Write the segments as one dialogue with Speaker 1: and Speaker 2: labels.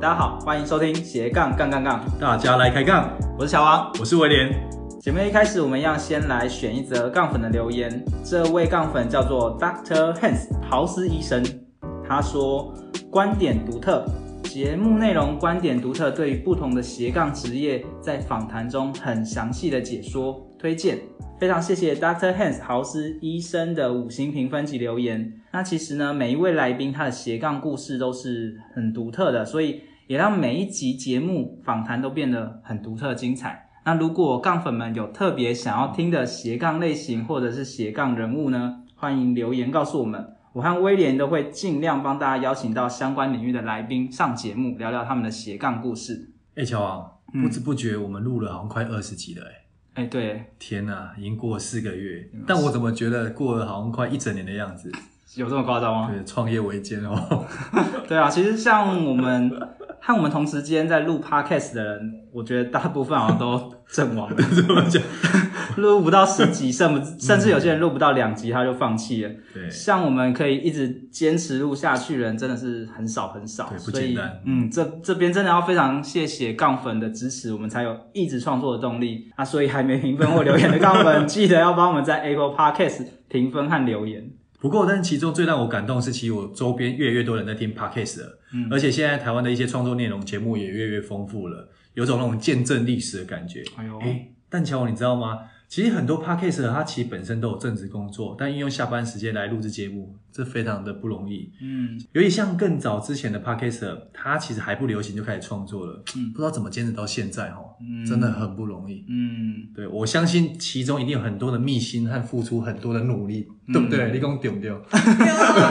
Speaker 1: 大家好，欢迎收听斜杠杠杠杠，
Speaker 2: 大家来开杠，
Speaker 1: 我是小王。
Speaker 2: 我是威廉。
Speaker 1: 节目一开始，我们要先来选一则杠粉的留言。这位杠粉叫做 Doctor Hans 豪斯医生，他说观点独特，节目内容观点独特，对于不同的斜杠职业在访谈中很详细的解说推荐。非常谢谢 Doctor Hans 豪斯医生的五星评分及留言。那其实呢，每一位来宾他的斜杠故事都是很独特的，所以也让每一集节目访谈都变得很独特精彩。那如果杠粉们有特别想要听的斜杠类型或者是斜杠人物呢，欢迎留言告诉我们，我和威廉都会尽量帮大家邀请到相关领域的来宾上节目，聊聊他们的斜杠故事。
Speaker 2: 哎、乔王，
Speaker 1: 嗯
Speaker 2: 不知不觉我们录了好像快二十集了、哎，
Speaker 1: 哎，对，
Speaker 2: 天哪，已经过了四个月
Speaker 1: 嗯，
Speaker 2: 但我怎么觉得过了好像快一整年的样子？
Speaker 1: 有这么夸张吗？
Speaker 2: 对，创业维艰 哦。
Speaker 1: 对啊，其实像我们 和我们同时间在录 podcast 的人，我觉得大部分好像都阵亡了，
Speaker 2: 怎么讲？
Speaker 1: 录不到十集，甚不甚至有些人录不到两集他就放弃了。
Speaker 2: 对，
Speaker 1: 像我们可以一直坚持录下去的人，真的是很少很少，
Speaker 2: 对不
Speaker 1: 所以
Speaker 2: 简单
Speaker 1: 嗯，这这边真的要非常谢谢杠粉的支持，我们才有一直创作的动力啊。所以还没评分或留言的杠粉， 记得要帮我们在 Apple Podcast 评分和留言。
Speaker 2: 不过，但其中最让我感动的是，其实我周边越来越多人在听 podcast 了，
Speaker 1: 嗯
Speaker 2: 而且现在台湾的一些创作内容节目也越来越丰富了，有种那种见证历史的感觉。
Speaker 1: 哎呦，
Speaker 2: 哎，但乔王，你知道吗？其实很多 podcast 他其实本身都有正职工作，但运用下班时间来录制节目，这非常的不容易。
Speaker 1: 嗯，
Speaker 2: 尤其像更早之前的 podcaster，他其实还不流行就开始创作了，
Speaker 1: 嗯
Speaker 2: 不知道怎么坚持到现在哈，
Speaker 1: 嗯
Speaker 2: 真的很不容易。
Speaker 1: 嗯，
Speaker 2: 对我相信其中一定有很多的秘辛和付出很多的努力，
Speaker 1: 嗯
Speaker 2: 对不对？你讲对不 对？
Speaker 3: 没有，我现在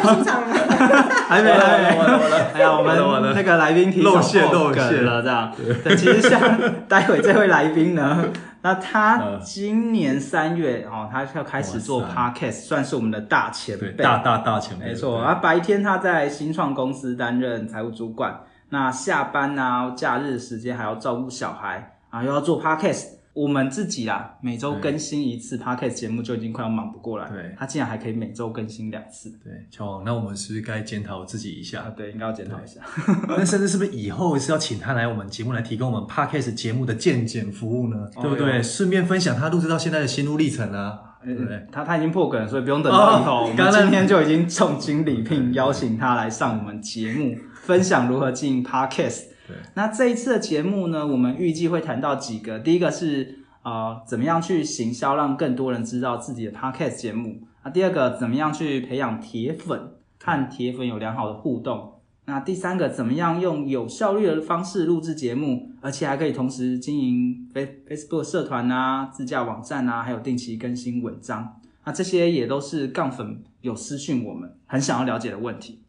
Speaker 3: 不出场了。
Speaker 1: 还哎没，还没。
Speaker 2: 完了完了
Speaker 1: 哎呀，我们
Speaker 2: 完了
Speaker 1: 那个来宾提手
Speaker 2: 露馅
Speaker 1: 破
Speaker 2: 露
Speaker 1: 梗
Speaker 2: 馅
Speaker 1: 了，这样。对，其实像待会这位来宾 呢，那他今年三月哦，他要开始做
Speaker 2: 嗯哇
Speaker 1: podcast，算是我们的大前
Speaker 2: 对，
Speaker 1: 辈。
Speaker 2: 大大大前辈，
Speaker 1: 没错。
Speaker 2: 对
Speaker 1: 啊，白天他在新创公司担任财务主管，那下班啊、假日时间还要照顾小孩啊，又要做 podcast。我们自己啦，每周
Speaker 2: 对
Speaker 1: 更新一次 podcast 节目就已经快要忙不过来，
Speaker 2: 对
Speaker 1: 他竟然还可以每周更新两次
Speaker 2: 对，乔王，那我们是不是该检讨自己一
Speaker 1: 啊！
Speaker 2: 下？
Speaker 1: 对，应该要检讨一下。
Speaker 2: 那甚至是不是以后是要请他来我们节目来提供我们 podcast 节目的鉴检服务呢？
Speaker 1: 哦
Speaker 2: 对不
Speaker 1: 有
Speaker 2: 对？顺便分享他录制到现在的心路历程啊，对不对
Speaker 1: 呃？他他已经破梗了，所以不用等到以后。
Speaker 2: 哦
Speaker 1: 我们
Speaker 2: 刚才
Speaker 1: 今天就已经重金礼聘邀请他来上我们节目，分享如何经营 podcast。
Speaker 2: 对
Speaker 1: 那这一次的节目呢，我们预计会谈到几个，第一个是呃，怎么样去行销，让更多人知道自己的 podcast 节目啊；第二个，怎么样去培养铁粉，和铁粉有良好的互动。那第三个，怎么样用有效率的方式录制节目，而且还可以同时经营 Face Facebook 社团啊、自驾网站啊，还有定期更新文章。那这些也都是杠粉有私讯我们很想要了解的问题，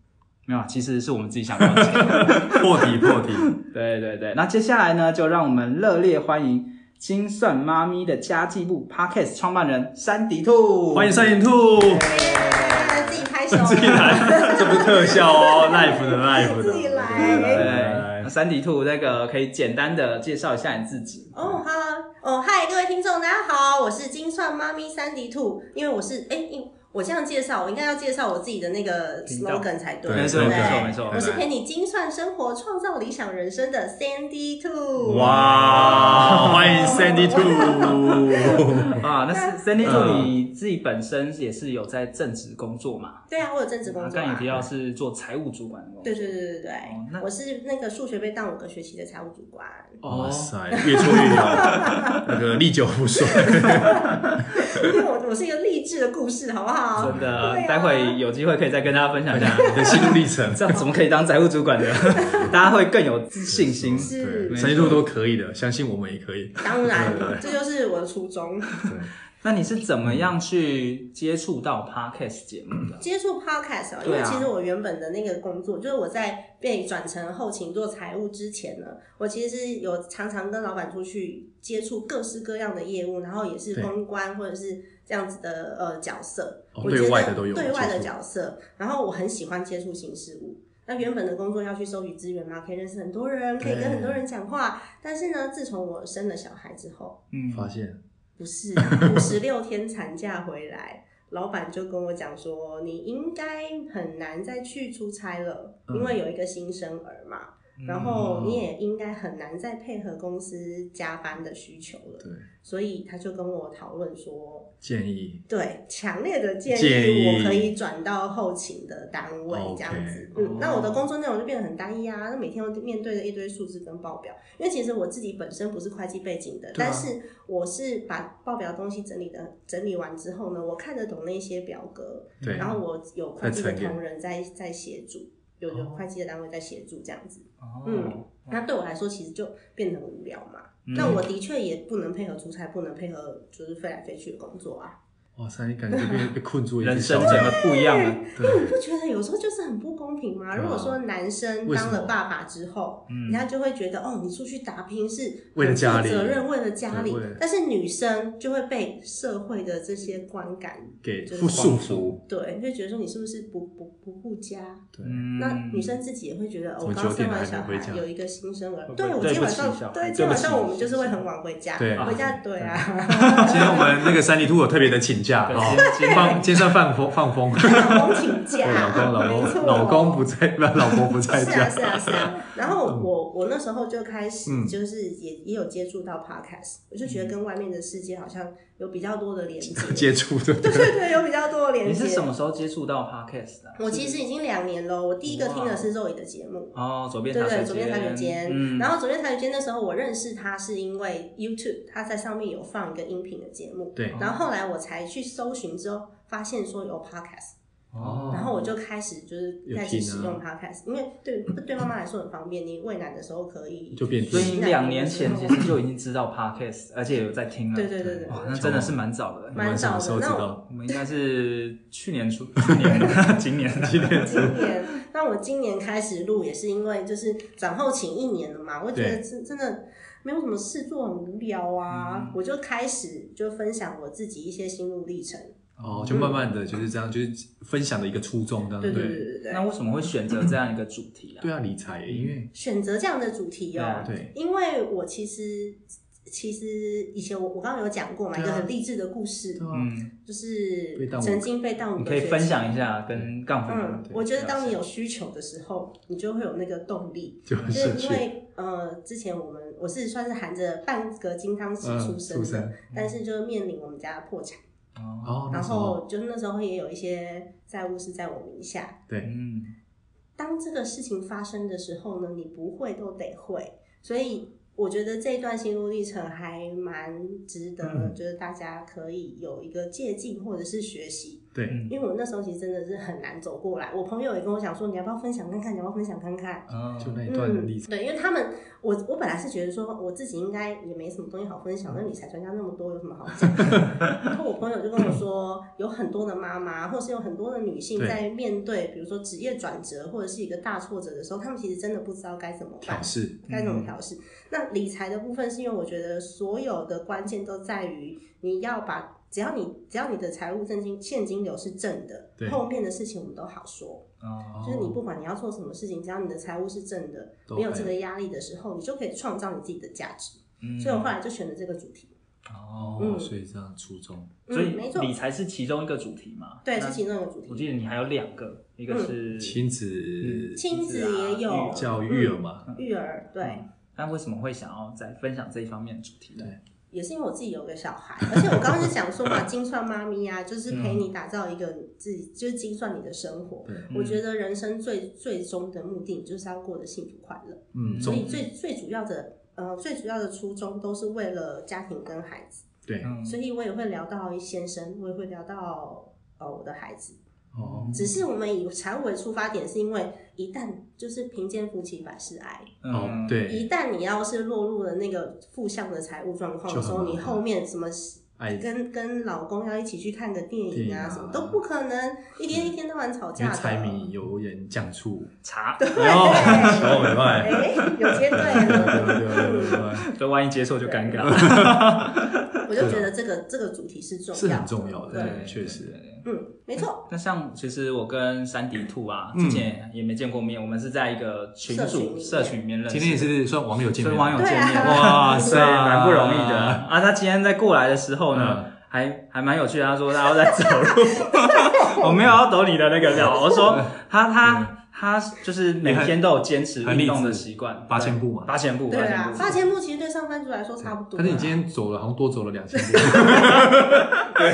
Speaker 1: 没有啊，其实是我们自己想了解。
Speaker 2: 破题破题，
Speaker 1: 对对对，那接下来呢，就让我们热烈欢迎精算妈咪的家计部 Podcast 创办人山迪兔，
Speaker 2: 欢迎摄影兔，
Speaker 3: 耶自己拍 手，
Speaker 2: 自己来，这不是特效哦，live 的 live 的，
Speaker 3: 自己来
Speaker 1: 对。
Speaker 2: 来
Speaker 1: 哎那山迪兔，那个可以简单的介绍一下你自己。
Speaker 3: 哦，哈，哦，嗨，各位听众，大家好，我是金算妈咪三 D 兔，因为我是，哎、因我这样介绍，我应该要介绍我自己的那个
Speaker 1: 频道
Speaker 3: slogan 才对，
Speaker 2: 对
Speaker 1: 没错
Speaker 3: 对不
Speaker 1: 没错
Speaker 3: 对
Speaker 1: 没错
Speaker 3: 我是陪你精算生活、创造理想人生的 Sandy 兔。
Speaker 2: 哇，欢迎 Sandy Two，
Speaker 1: 啊，那是三 D 兔，
Speaker 2: 嗯
Speaker 1: 你自己本身也是有在正职工作嘛？
Speaker 3: 对啊，我有正职工
Speaker 1: 刚
Speaker 3: 作、
Speaker 1: 刚也
Speaker 3: 啊
Speaker 1: 提。到是做财务主管的工作。
Speaker 3: 对对对对对，
Speaker 1: 哦那
Speaker 3: 我是那个数学被当五个学期的财务主管。
Speaker 2: 哇
Speaker 1: 哦，
Speaker 2: 塞，越挫越勇，那个历久不衰，
Speaker 3: 因为我我是一个励志的故事，好不好？
Speaker 1: 真的
Speaker 3: 对，啊
Speaker 1: 待会有机会可以再跟大家分享一下，
Speaker 2: 你的心路历程，
Speaker 1: 这样怎么可以当财务主管 的？大家会更有信心。
Speaker 3: 是
Speaker 2: 对，Sandy Two 都可以的，相信我们也可以，
Speaker 3: 当然
Speaker 2: 对对，对
Speaker 3: 这就是我的初衷。
Speaker 4: 那你是怎么样去接触到 podcast 节目的？
Speaker 3: 接触 podcast 哦，因
Speaker 4: 对
Speaker 3: 为
Speaker 4: 啊
Speaker 3: 其实我原本的那个工作，就是我在被转成后勤做财务之前呢，我其实是有常常跟老板出去接触各式各样的业务，然后也是
Speaker 2: 对
Speaker 3: 公关或者是这样子的呃角色，
Speaker 2: 哦
Speaker 3: 我觉得
Speaker 2: 对外的都有
Speaker 3: 对外
Speaker 2: 接
Speaker 3: 的
Speaker 2: 触
Speaker 3: 角色，然后我很喜欢接触新事物。那原本的工作要去收集资源嘛，啊可以认识很多人，可以跟很多人讲话。但是呢，自从我生了小孩之后，
Speaker 4: 嗯，
Speaker 2: 发现
Speaker 3: 不是五十六天产假回来，老板就跟我讲说，你应该很难再去出差了，
Speaker 2: 嗯
Speaker 3: 因为有一个新生儿嘛，然后你也应该很难再配合公司加班的需求了，
Speaker 2: 对
Speaker 3: 所以他就跟我讨论说，
Speaker 2: 建议
Speaker 3: 对，强烈的建
Speaker 2: 建
Speaker 3: 议
Speaker 2: 议
Speaker 3: 我可以转到后勤的单位这样子。
Speaker 4: OK
Speaker 3: 嗯，那我的工作内容就变得很单一啊，那每天我面对着一堆数字跟报表，因为其实我自己本身不是会计背景的，
Speaker 2: 对啊
Speaker 3: 但是我是把报表东西整理的整理完之后呢，我看得懂那些表格，
Speaker 2: 对
Speaker 3: 然后我有会计的
Speaker 2: 再沉淀
Speaker 3: 同仁在在协助，有有会计的单位在协助这样子。
Speaker 4: 哦
Speaker 3: 嗯，那对我来说，其实就变得很无聊嘛。
Speaker 4: 嗯
Speaker 3: 那我的确也不能配合出差，不能配合就是飞来飞去的工作啊。
Speaker 2: 哇塞，你感觉被被困 住一
Speaker 4: 人
Speaker 2: 个小
Speaker 4: 生整个不一样啊了。
Speaker 3: 那你
Speaker 2: 对
Speaker 3: 不觉得有时候就是很不公平吗？
Speaker 2: 对啊
Speaker 3: 如果说男生
Speaker 2: 为什
Speaker 3: 当
Speaker 2: 么
Speaker 3: 了爸爸之后，
Speaker 4: 嗯
Speaker 3: 人家就会觉得哦，你出去打拼是
Speaker 2: 为了家里
Speaker 3: 很负责任，为了家里
Speaker 2: 对为了。
Speaker 3: 但是女生就会被社会的这些观感，
Speaker 2: 给
Speaker 3: 就是
Speaker 2: 不束缚，
Speaker 3: 对，就觉得说你是不是不不不顾家？
Speaker 2: 对
Speaker 4: 嗯
Speaker 3: 那女生自己也会觉得，哦
Speaker 2: 怎
Speaker 3: 我
Speaker 2: 么
Speaker 3: 刚
Speaker 2: 九点
Speaker 3: 生完
Speaker 2: 还
Speaker 3: 小
Speaker 2: 没回
Speaker 3: 孩，
Speaker 2: 家
Speaker 3: 有一个新生儿
Speaker 4: 会，不
Speaker 3: 对
Speaker 4: 会
Speaker 3: 我今天
Speaker 4: 对
Speaker 3: 晚
Speaker 4: 不
Speaker 3: 上
Speaker 4: 起小，孩
Speaker 3: 对今天晚上
Speaker 4: 对不
Speaker 3: 我
Speaker 4: 起
Speaker 3: 们就是会很晚回家，
Speaker 2: 对
Speaker 3: 回家对啊，
Speaker 2: 今天我们那个三里兔有特别的请假
Speaker 4: 对
Speaker 2: 哦，
Speaker 4: 今天
Speaker 2: 放今天算放风放 风，
Speaker 3: 老公请假，
Speaker 2: 对，老公老
Speaker 3: 没错
Speaker 2: 公老公不在，不老婆 不在
Speaker 3: 是啊，
Speaker 2: 家，
Speaker 3: 是啊，是啊。然后
Speaker 4: 嗯
Speaker 3: 我我那时候就开始
Speaker 2: 嗯
Speaker 3: 就是也也有接触到 podcast，我就
Speaker 4: 嗯
Speaker 3: 觉得跟外面的世界好像有比较多的连接，
Speaker 2: 接触对
Speaker 3: 对对对，有比较多的连
Speaker 4: 你
Speaker 3: 接。
Speaker 4: 是什么时候接触到 podcast 的啊？
Speaker 3: 我其实已经两年了，我第一个听的
Speaker 4: 哇
Speaker 3: 是 Zoe 的节目。
Speaker 4: 哦，左边
Speaker 3: 对
Speaker 4: 茶
Speaker 3: 对，
Speaker 4: 水
Speaker 3: 左边茶水间。
Speaker 4: 嗯，
Speaker 3: 然
Speaker 4: 后
Speaker 3: 后左边茶水间那时候我认识他是因为 YouTube，他在上面有放一个音频的节目，
Speaker 2: 对
Speaker 3: 然后后来我才去搜寻之后发现说有 podcast，
Speaker 2: 哦
Speaker 3: 然后我就开始就是
Speaker 2: 有
Speaker 3: 开始
Speaker 2: 听啊
Speaker 3: 使用 podcast，、因为对对妈妈来说很方便，你喂奶的时候可以，
Speaker 2: 就变
Speaker 4: 所
Speaker 2: 天
Speaker 4: 以你两年前其实就已经知道 podcast，而且有在听了。
Speaker 3: 对对对对，
Speaker 2: 哦
Speaker 4: 哇，那真的是蛮早的。
Speaker 3: 蛮早
Speaker 2: 你们什么时候
Speaker 3: 的。
Speaker 2: 知
Speaker 3: 那我
Speaker 2: 道？
Speaker 4: 我们应该是去年初，去年、 今年、今年
Speaker 3: 今年，那我今年开始录也是因为就是转后勤一年了嘛，我觉得真真的没有什么事做，很无聊
Speaker 2: 嗯
Speaker 3: 啊，我就开始就分享我自己一些心路历程。
Speaker 2: 哦，就慢慢的就是这样，就是分享的一个初衷，这样
Speaker 3: 对对
Speaker 2: 嗯对
Speaker 3: 对对对
Speaker 4: 那
Speaker 3: 对，
Speaker 4: 为什么会选择这样一个主题啊？
Speaker 2: 对啊，理财，因为
Speaker 3: 选择这样的主题哦、
Speaker 4: 啊
Speaker 2: 对
Speaker 3: 因为我其实其实以前我我刚刚有讲过嘛，一
Speaker 2: 对啊
Speaker 3: 个很励志的故事，
Speaker 2: 对啊，
Speaker 4: 嗯，
Speaker 3: 就是
Speaker 2: 被当我
Speaker 3: 曾经被当
Speaker 4: 你
Speaker 3: 我
Speaker 4: 可以分。享一下跟杠粉
Speaker 3: 嗯
Speaker 4: 们。，
Speaker 3: 我觉得当你有需求的时候，你就会有那个动
Speaker 2: 啊
Speaker 3: 力。
Speaker 2: 就
Speaker 3: 就是是因
Speaker 2: 去
Speaker 3: 为呃，之前我们我是算是含着半个金汤匙出
Speaker 2: 嗯
Speaker 3: 生
Speaker 2: 出
Speaker 3: 的，
Speaker 2: 生
Speaker 3: 但是就面临我们家的破产，
Speaker 4: 哦，
Speaker 2: 哦，那
Speaker 3: 然
Speaker 2: 时候
Speaker 3: 后就那时候也有一些债务是在我名下。
Speaker 2: 对
Speaker 4: 嗯，
Speaker 3: 当这个事情发生的时候呢，你不会都得会，所以我觉得这一段心路历程还蛮值得，
Speaker 4: 嗯
Speaker 3: 就是大家可以有一个借鉴或者是学习。
Speaker 2: 对
Speaker 4: 嗯
Speaker 3: 因为我那时候其实真的是很难走过来，我朋友也跟我讲说，你要不要分享看看，你要不要分享看看。
Speaker 4: 哦
Speaker 2: 就那一段的
Speaker 3: 嗯
Speaker 2: 理财，
Speaker 3: 对，因为他们，我我本来是觉得说我自己应该也没什么东西好分享，那理财专家那么多有什么好讲？ 然后我朋友就跟我说，有很多的妈妈，或是有很多的女性
Speaker 2: 对
Speaker 3: 在面对，比如说职业转折或者是一个大挫折的时候，她们其实真的不知道该怎么办
Speaker 2: 调。试
Speaker 3: 该怎么
Speaker 4: 嗯
Speaker 3: 调试？那理财的部分是因为我觉得所有的关键都在于你要把，只要你只要你的财务正金现金流是正的，
Speaker 2: 对
Speaker 3: 后面的事情我们都好说。
Speaker 4: 哦，
Speaker 3: 就是你不管你要做什么事情，只要你的财务是正的，
Speaker 2: 都
Speaker 3: 没有
Speaker 2: 可以
Speaker 3: 这个压力的时候，你就可以创造你自己的价值。
Speaker 4: 嗯
Speaker 3: 所以我后来就选了这个主题。
Speaker 2: 哦
Speaker 3: 嗯，
Speaker 2: 所以这样初衷
Speaker 4: 所以
Speaker 3: 嗯、没错，
Speaker 4: 理财是其中一个主题嘛？
Speaker 3: 对，
Speaker 4: 那
Speaker 3: 是其中一个主
Speaker 4: 我
Speaker 3: 题。嗯
Speaker 4: 记得你还有两个，一个是，
Speaker 2: 亲子
Speaker 3: 亲
Speaker 4: 亲
Speaker 3: 子
Speaker 4: 子啊
Speaker 3: 也有
Speaker 4: 育
Speaker 2: 教育儿嘛，
Speaker 3: 育儿，对，
Speaker 4: 那为什么会想要再分享这一方面的主题呢？
Speaker 3: 也是因为我自己有个小孩，而且我刚刚是想说 嘛，精算妈咪啊，就是
Speaker 4: 嗯
Speaker 3: 陪你打造一个自己，就是精算你的生活。
Speaker 2: 对，
Speaker 3: 我觉得人生最最终的目的就是要过得幸福快乐，
Speaker 2: 嗯，
Speaker 3: 所以
Speaker 2: 中
Speaker 3: 最最主要的呃最主要的初衷都是为了家庭跟孩子。
Speaker 2: 对
Speaker 4: 嗯，
Speaker 3: 所以我也会聊到先生，我也会聊到呃我的孩子。
Speaker 2: 哦，
Speaker 3: 只是我们以财务为出发点，是因为一旦就是贫贱夫妻百事哀，
Speaker 2: 哦
Speaker 4: 嗯，
Speaker 2: 对，
Speaker 3: 一旦你要是落入了那个负向的财务状况的时
Speaker 2: 就很
Speaker 3: 候，
Speaker 2: 麻烦
Speaker 3: 你后面什么
Speaker 2: 哎，
Speaker 3: 跟跟老公要一起去看个电
Speaker 2: 电
Speaker 3: 影
Speaker 2: 影
Speaker 3: 啊，
Speaker 2: 啊
Speaker 3: 什么都不可能，一天一天到晚吵
Speaker 2: 因
Speaker 3: 架
Speaker 2: 为
Speaker 3: 的。
Speaker 2: 柴米油盐酱 醋，
Speaker 5: 查，
Speaker 2: 然后然后没
Speaker 3: 哎、
Speaker 2: 卖，
Speaker 3: 有些对
Speaker 2: 对对对对
Speaker 3: 了。
Speaker 2: 对
Speaker 5: 就万一接受就尴尬了。
Speaker 3: 我就觉得这个这个主题是重要，
Speaker 2: 是很重要的
Speaker 3: 对，
Speaker 2: 对确实
Speaker 3: 嗯，没错，
Speaker 1: 那像其实我跟山迪兔啊，
Speaker 2: 嗯
Speaker 1: 之前也没见过面，我们是在一个群
Speaker 3: 社群里
Speaker 1: 组
Speaker 3: 面
Speaker 1: 社群里面认识。
Speaker 2: 今天也是算网友见
Speaker 1: 所以
Speaker 2: 面，
Speaker 1: 网友见
Speaker 3: 对
Speaker 1: 面，
Speaker 3: 啊
Speaker 2: 哇塞
Speaker 1: 对，蛮不容易的。啊，他今天在过来的时候呢，
Speaker 2: 嗯
Speaker 1: 还还蛮有趣的。他说他要在走 路，我没有要抖你的那个料。我说他他他就是每天都有坚持
Speaker 2: 嗯很励
Speaker 1: 运
Speaker 2: 志
Speaker 1: 动的习惯，
Speaker 2: 八千步嘛
Speaker 1: 对八千步，
Speaker 3: 对
Speaker 1: 八千
Speaker 3: 啊，
Speaker 1: 步。
Speaker 3: 八千步其实对上班族来说差不多啊。
Speaker 2: 但是你今天走了，好像多走了两千步。 对，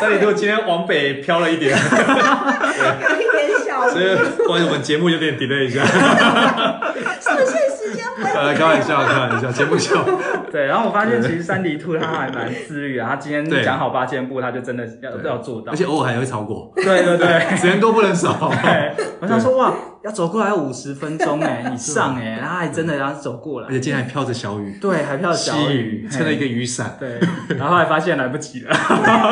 Speaker 2: 三里多今天往北飘了一点，
Speaker 3: 有一点小，
Speaker 2: 所以关于我们节目有点 delay 一下。
Speaker 3: 是不是时间不 会
Speaker 2: 呃，开玩笑，开玩笑，节目笑。
Speaker 1: 对，然后我发现其实三迪兔他还蛮自律的，他今天
Speaker 2: 对
Speaker 1: 讲好八千步，他就真的要
Speaker 2: 对
Speaker 1: 要做到
Speaker 2: 而。且偶尔还会超过，
Speaker 1: 对对对。
Speaker 2: 只能多不能少。
Speaker 1: 对，我想说哇，要走过来五十分钟 哎以上哎，然后还真的然后走过
Speaker 2: 而
Speaker 1: 来，
Speaker 3: 嗯
Speaker 2: 且今天还飘着小雨，
Speaker 1: 对，还飘着小
Speaker 2: 细
Speaker 1: 雨
Speaker 2: 雨，，撑了一个
Speaker 1: 嘿
Speaker 2: 雨伞。
Speaker 1: 对，然后还发现来不及了。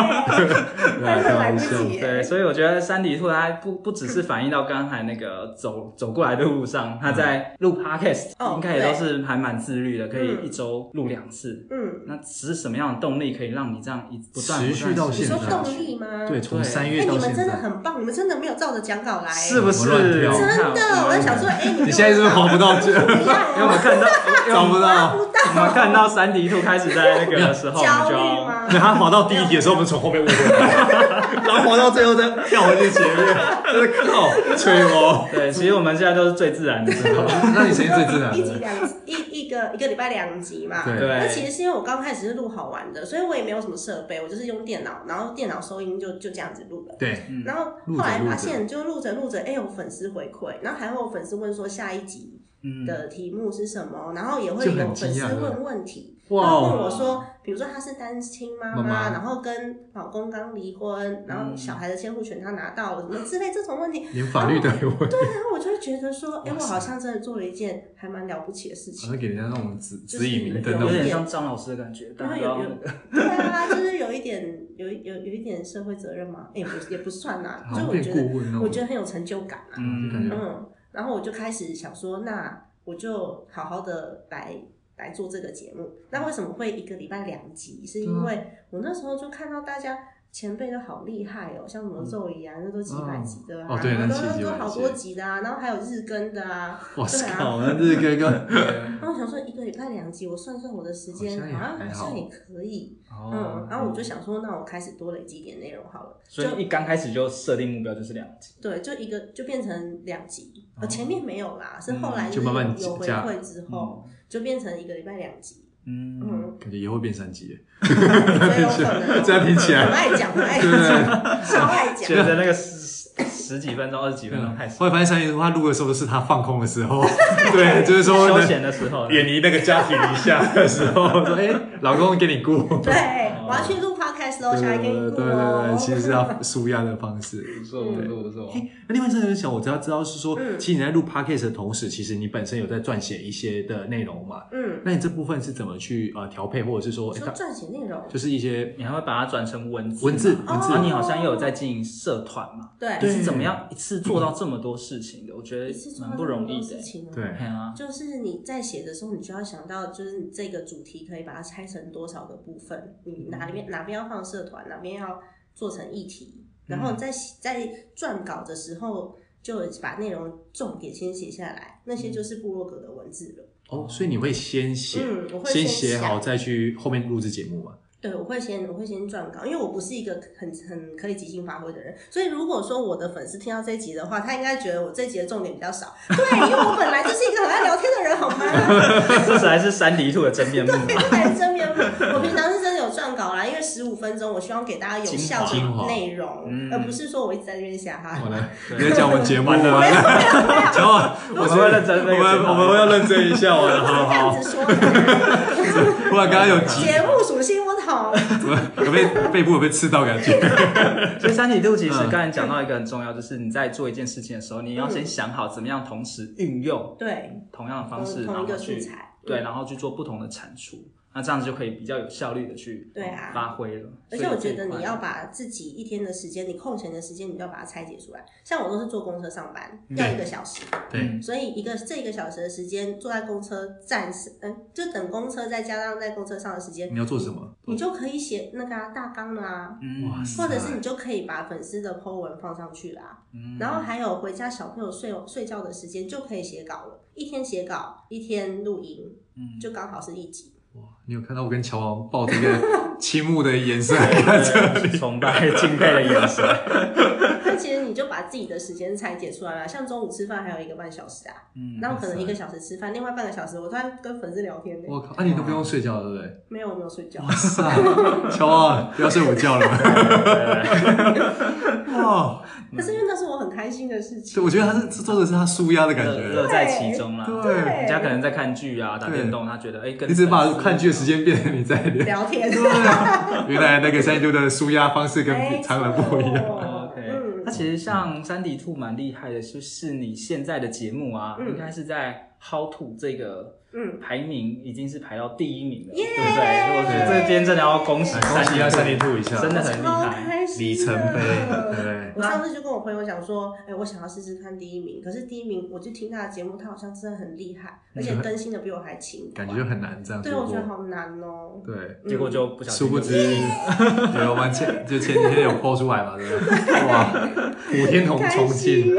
Speaker 2: 对
Speaker 3: 但
Speaker 2: 啊
Speaker 3: 是
Speaker 2: 开
Speaker 3: 来
Speaker 2: 玩
Speaker 3: 不
Speaker 2: 笑。
Speaker 3: 及耶。
Speaker 1: 对，所以我觉得山迪兔它不不只是反映到刚才那个走走过来的路上，他在录 podcast，、
Speaker 3: 哦
Speaker 1: 应该也都是还蛮自律的，可以
Speaker 3: 嗯
Speaker 1: 一周录两次。
Speaker 3: 嗯，
Speaker 1: 那是什么样的动力可以让你这样一不断
Speaker 2: 持续到
Speaker 3: 你
Speaker 2: 现在
Speaker 3: 说
Speaker 1: 不断
Speaker 3: 动力吗？
Speaker 2: 对，从三
Speaker 3: 哎、
Speaker 2: 月
Speaker 3: 你
Speaker 2: 到
Speaker 3: 们
Speaker 2: 现
Speaker 3: 真的
Speaker 2: 在，
Speaker 3: 很棒，你们真的没有照着讲稿来，
Speaker 1: 是不是？
Speaker 2: 我乱跳
Speaker 3: 真的。我在想说，哎、你
Speaker 2: 你现在是不是
Speaker 3: 好
Speaker 2: 划不到这，
Speaker 1: 因为我们看到，因为我
Speaker 2: 找不
Speaker 1: 们
Speaker 2: 到？
Speaker 1: 我们看到山迪兔开始在那个的时候，我
Speaker 3: 焦
Speaker 1: 们就
Speaker 3: 虑
Speaker 1: 要
Speaker 3: 吗？
Speaker 2: 对，他滑到第一题的时候，我们从后面问过来， 然后滑到最后再跳回去前面，真的靠，吹我。
Speaker 1: 对，其实我们现在都是最自然的时候。
Speaker 2: 那你谁最自然
Speaker 3: 一集
Speaker 2: 的？
Speaker 3: 两一一个一个礼拜两集嘛。
Speaker 2: 对
Speaker 3: 那
Speaker 1: 对，
Speaker 3: 其实是因为我刚开始是录好玩的，所以我也没有什么设备，我就是用电脑，然后电脑收音就就这样子录的。
Speaker 2: 对，
Speaker 1: 嗯
Speaker 3: 然后后来发现，就录着录着，哎、有粉丝回馈，然后还会有粉丝问说下一集
Speaker 1: 嗯，
Speaker 3: 的题目是什么，然后也会
Speaker 2: 就很
Speaker 3: 有粉
Speaker 2: 惊
Speaker 3: 丝
Speaker 2: 讶对不
Speaker 3: 问
Speaker 2: 对
Speaker 3: 问题，
Speaker 2: 哇
Speaker 3: 然后问
Speaker 2: 哦
Speaker 3: 我说，比如说她是单亲妈
Speaker 2: 妈嗯妈
Speaker 3: 然后跟老公刚离婚，然后小孩的监护权她拿到了，什么之类这种问题，
Speaker 2: 连法律都有问，
Speaker 3: 啊然后我就会觉得说，哎、我好像真的做了一件还蛮了不起的事
Speaker 2: 好
Speaker 3: 情
Speaker 2: 像。给人家那种指指引明灯那
Speaker 1: 有
Speaker 2: 种。
Speaker 1: 点像张老师的感觉，大
Speaker 3: 然
Speaker 1: 家
Speaker 3: 后
Speaker 1: 都
Speaker 3: 有
Speaker 1: 要
Speaker 3: 有，对啊，就是有一点有有有一点社会责任嘛，哎、不也不算啦，
Speaker 2: 好
Speaker 3: 就
Speaker 2: 像
Speaker 3: 我
Speaker 2: 变
Speaker 3: 觉得
Speaker 2: 顾问哦那
Speaker 3: 我
Speaker 2: 种
Speaker 3: 觉得很有成就感啊。
Speaker 1: 嗯
Speaker 2: 就感觉
Speaker 3: 嗯，然后我就开始想说，那我就好好的来来做这个节目。那为什么会一个礼拜两集？是因为我那时候就看到大家前辈都好厉害哦，像什么肉姨啊，那都几百集的啊，
Speaker 2: 嗯哦对那
Speaker 3: 然后
Speaker 2: 几
Speaker 3: 都
Speaker 2: 集
Speaker 3: 都
Speaker 2: 百
Speaker 3: 好
Speaker 2: 集
Speaker 3: 多集的啊，然后还有日更的啊。
Speaker 2: 哇
Speaker 3: 对啊
Speaker 2: 靠，那这个个
Speaker 3: 然后我想说一个礼拜两集，我算算我的时间，
Speaker 2: 好像也
Speaker 3: 好像
Speaker 2: 还
Speaker 3: 好像
Speaker 2: 好
Speaker 3: 也可以。
Speaker 1: 哦
Speaker 3: 嗯，然后我就想说，那我开始多累积一点内容好了。
Speaker 1: 所以一刚开始就设定目标就是两集，
Speaker 3: 对，就一个就变成两集，呃、前面没有啦，是后来
Speaker 2: 哦嗯就是慢慢嗯
Speaker 3: 有回
Speaker 2: 加
Speaker 3: 馈之后，就变成一个礼拜两集，
Speaker 1: 嗯，
Speaker 3: 嗯，
Speaker 2: 感觉也会变三级耶，
Speaker 3: 所以有可能哦
Speaker 2: 这样听起
Speaker 3: 很
Speaker 2: 来，
Speaker 3: 爱讲，很爱
Speaker 2: 对不对？
Speaker 3: 讲，超爱
Speaker 1: 觉
Speaker 3: 讲。
Speaker 1: 得那个十十几分钟、二十几分钟
Speaker 3: 啊
Speaker 1: 太少
Speaker 2: 后，来发现三级他录的时候是他放空的时 候，对，就是说
Speaker 1: 休闲的时候，
Speaker 2: 远离那个家庭一下的时候， 说哎、老公给你顾。
Speaker 3: 对，我要去录 podcast 喽，小孩给你
Speaker 2: 对对
Speaker 3: 录
Speaker 2: 对，其实是
Speaker 3: 哦。
Speaker 2: 要舒压的方式。 哎
Speaker 5: 不错不错不错，
Speaker 2: 那另外一个想，我只要知道是说，
Speaker 3: 嗯
Speaker 2: 其实你在录 podcast 的同时，其实你本身有在撰写一些的内容嘛？
Speaker 3: 嗯，
Speaker 2: 那你这部分是怎么去呃调配，或者是说，哎
Speaker 3: 说
Speaker 2: 它
Speaker 3: 撰写内容，
Speaker 2: 就是一些
Speaker 1: 你还会把它转成文字，
Speaker 2: 文字
Speaker 1: 嘛
Speaker 2: 文字
Speaker 1: 然后你好像也有在经营社团嘛，
Speaker 3: 哦对，
Speaker 1: 你是怎么样一次做到这么多事情的？我觉得
Speaker 3: 一次做
Speaker 1: 蛮
Speaker 3: 到
Speaker 1: 不
Speaker 3: 这么
Speaker 1: 容
Speaker 3: 多
Speaker 1: 易的
Speaker 3: 事。情哦。
Speaker 2: 对
Speaker 1: 对啊，
Speaker 3: 就是你在写的时候，你就要想到，就是你这个主题可以把它拆成多少个部分，你哪里边哪边要放社团，哪边要做成议题，然后你在写在撰稿的时候就把内容重点先写下来，那些就是部落格的文字了。
Speaker 2: 哦，所以你会先写，
Speaker 3: 嗯，我会
Speaker 2: 先
Speaker 3: 写
Speaker 2: 写好，。再去后面录制节目嘛？
Speaker 3: 对，我会先我会先撰稿，因为我不是一个很很可以即兴发挥的人，所以如果说我的粉丝听到这一集的话，他应该觉得我这一集的重点比较少。对，因为我本来就是一个很爱聊天的人，好吗？
Speaker 1: 这才是三迪兔的真面目嘛。
Speaker 3: 这才是真面目。我平常是真的有撰稿啦，因为十五分钟，我希望给大家有效
Speaker 2: 精
Speaker 3: 的
Speaker 2: 华
Speaker 3: 内容，
Speaker 1: 嗯
Speaker 3: 而不是说我一直在那边瞎哈
Speaker 2: 完。了，
Speaker 1: 哎对
Speaker 2: 你在讲我们节目
Speaker 1: 完了
Speaker 2: 完了，讲我，
Speaker 1: 我们会认真
Speaker 2: 我
Speaker 1: 那个
Speaker 2: 们
Speaker 1: 检讨
Speaker 2: 我们要认真一下，完
Speaker 3: 我
Speaker 2: 了，
Speaker 3: 不是
Speaker 2: 好
Speaker 3: 这
Speaker 2: 好
Speaker 3: 样
Speaker 2: 好，
Speaker 3: 子说的，
Speaker 2: 不然刚刚有 急
Speaker 3: 节目属性不同。
Speaker 2: 有被背部有被刺到感觉。
Speaker 1: 所以三体度其
Speaker 2: 嗯
Speaker 1: 实刚才讲到一个很重要，就是你在做一件事情的时候，你要先想好怎么样同时运用
Speaker 3: 对，
Speaker 1: 同样的方式，
Speaker 3: 同
Speaker 1: 然
Speaker 3: 一
Speaker 1: 后
Speaker 3: 个素
Speaker 1: 去
Speaker 3: 材。
Speaker 1: 对，然后去做不同的产出。那这样子就可以比较有效率的去
Speaker 3: 对啊
Speaker 1: 发挥了。
Speaker 3: 而且我觉
Speaker 1: 所以
Speaker 3: 得
Speaker 1: 这一块
Speaker 3: 你要把自己一天的时间，你空闲的时间，你就要把它拆解出来。像我都是坐公车上班，
Speaker 2: 嗯
Speaker 3: 要一个小时，
Speaker 2: 对，
Speaker 3: 所以一个这一个小时的时间坐在公车站是，嗯，就等公车，再加上在公车上的时间，
Speaker 2: 你要做什么？
Speaker 3: 你就可以写那个、啊、大纲啦、啊，
Speaker 1: 嗯
Speaker 2: 哇塞
Speaker 3: 或者是你就可以把粉丝的 po 文放上去啦、
Speaker 1: 嗯
Speaker 3: 然后还有回家小朋友睡睡觉的时间就可以写稿了，一天写稿，一天录音，
Speaker 1: 嗯
Speaker 3: 就刚好是一集。
Speaker 2: 哇，你有看到我跟乔王抱着一个倾慕的眼神看 着
Speaker 1: 对 崇拜、敬佩的眼 神。
Speaker 3: 那其实你就把自己的时间拆解出来了，像中午吃饭还有一个半小时啊，
Speaker 1: 嗯
Speaker 3: 那我可能一个小时吃饭，另外半个小时我都在跟粉丝聊天呢、
Speaker 2: 我靠，啊那、你都不用睡觉了，对不对？
Speaker 3: 没有我没有睡觉
Speaker 2: 哇。塞，乔王不要睡午觉了。 哇，
Speaker 3: 可是因为那是我很开心的事
Speaker 2: 这
Speaker 3: 情。
Speaker 2: 嗯我觉得他是这做的是他舒压的感
Speaker 1: 乐乐
Speaker 2: 觉。
Speaker 1: 在其中啦。
Speaker 2: 对
Speaker 3: 对
Speaker 1: 人家可能在看剧啊、打
Speaker 2: 对
Speaker 1: 电动，他觉得哎，跟
Speaker 2: 你只是把
Speaker 1: 粉丝
Speaker 2: 看剧的时间变成你在聊。
Speaker 3: 聊天，
Speaker 2: 对啊，原来那个三度的舒压方式跟常人不 一样。
Speaker 3: 样
Speaker 1: OK，那
Speaker 3: 嗯
Speaker 1: 其实像三迪兔蛮厉害的，就是你现在的节目啊，
Speaker 3: 嗯
Speaker 1: 应该是在 How to 这个
Speaker 3: 嗯，
Speaker 1: 排名已经是排到第一名了，
Speaker 3: 耶
Speaker 1: 对不对？我觉得这边真的要恭喜
Speaker 2: 恭喜一下
Speaker 1: 三
Speaker 2: 三地
Speaker 1: 迪兔，
Speaker 2: 兔一下，
Speaker 1: 真的很厉
Speaker 3: 超
Speaker 1: 害。
Speaker 3: 开心，
Speaker 2: 里程碑，对不。对？
Speaker 3: 我上次就跟我朋友讲说，哎、我想要试试看第一名，可是第一名我就听他的节目，他好像真的很厉害，而且更新的比我还勤，
Speaker 2: 嗯感觉就很难这样
Speaker 3: 对
Speaker 2: 度
Speaker 3: 我觉得
Speaker 2: 过。
Speaker 3: 好难哦、
Speaker 2: 对，
Speaker 3: 嗯
Speaker 1: 结果就不小心
Speaker 2: 殊不知，对，我们前就前几天有播出来嘛，对不对？哇，五天同重 庆，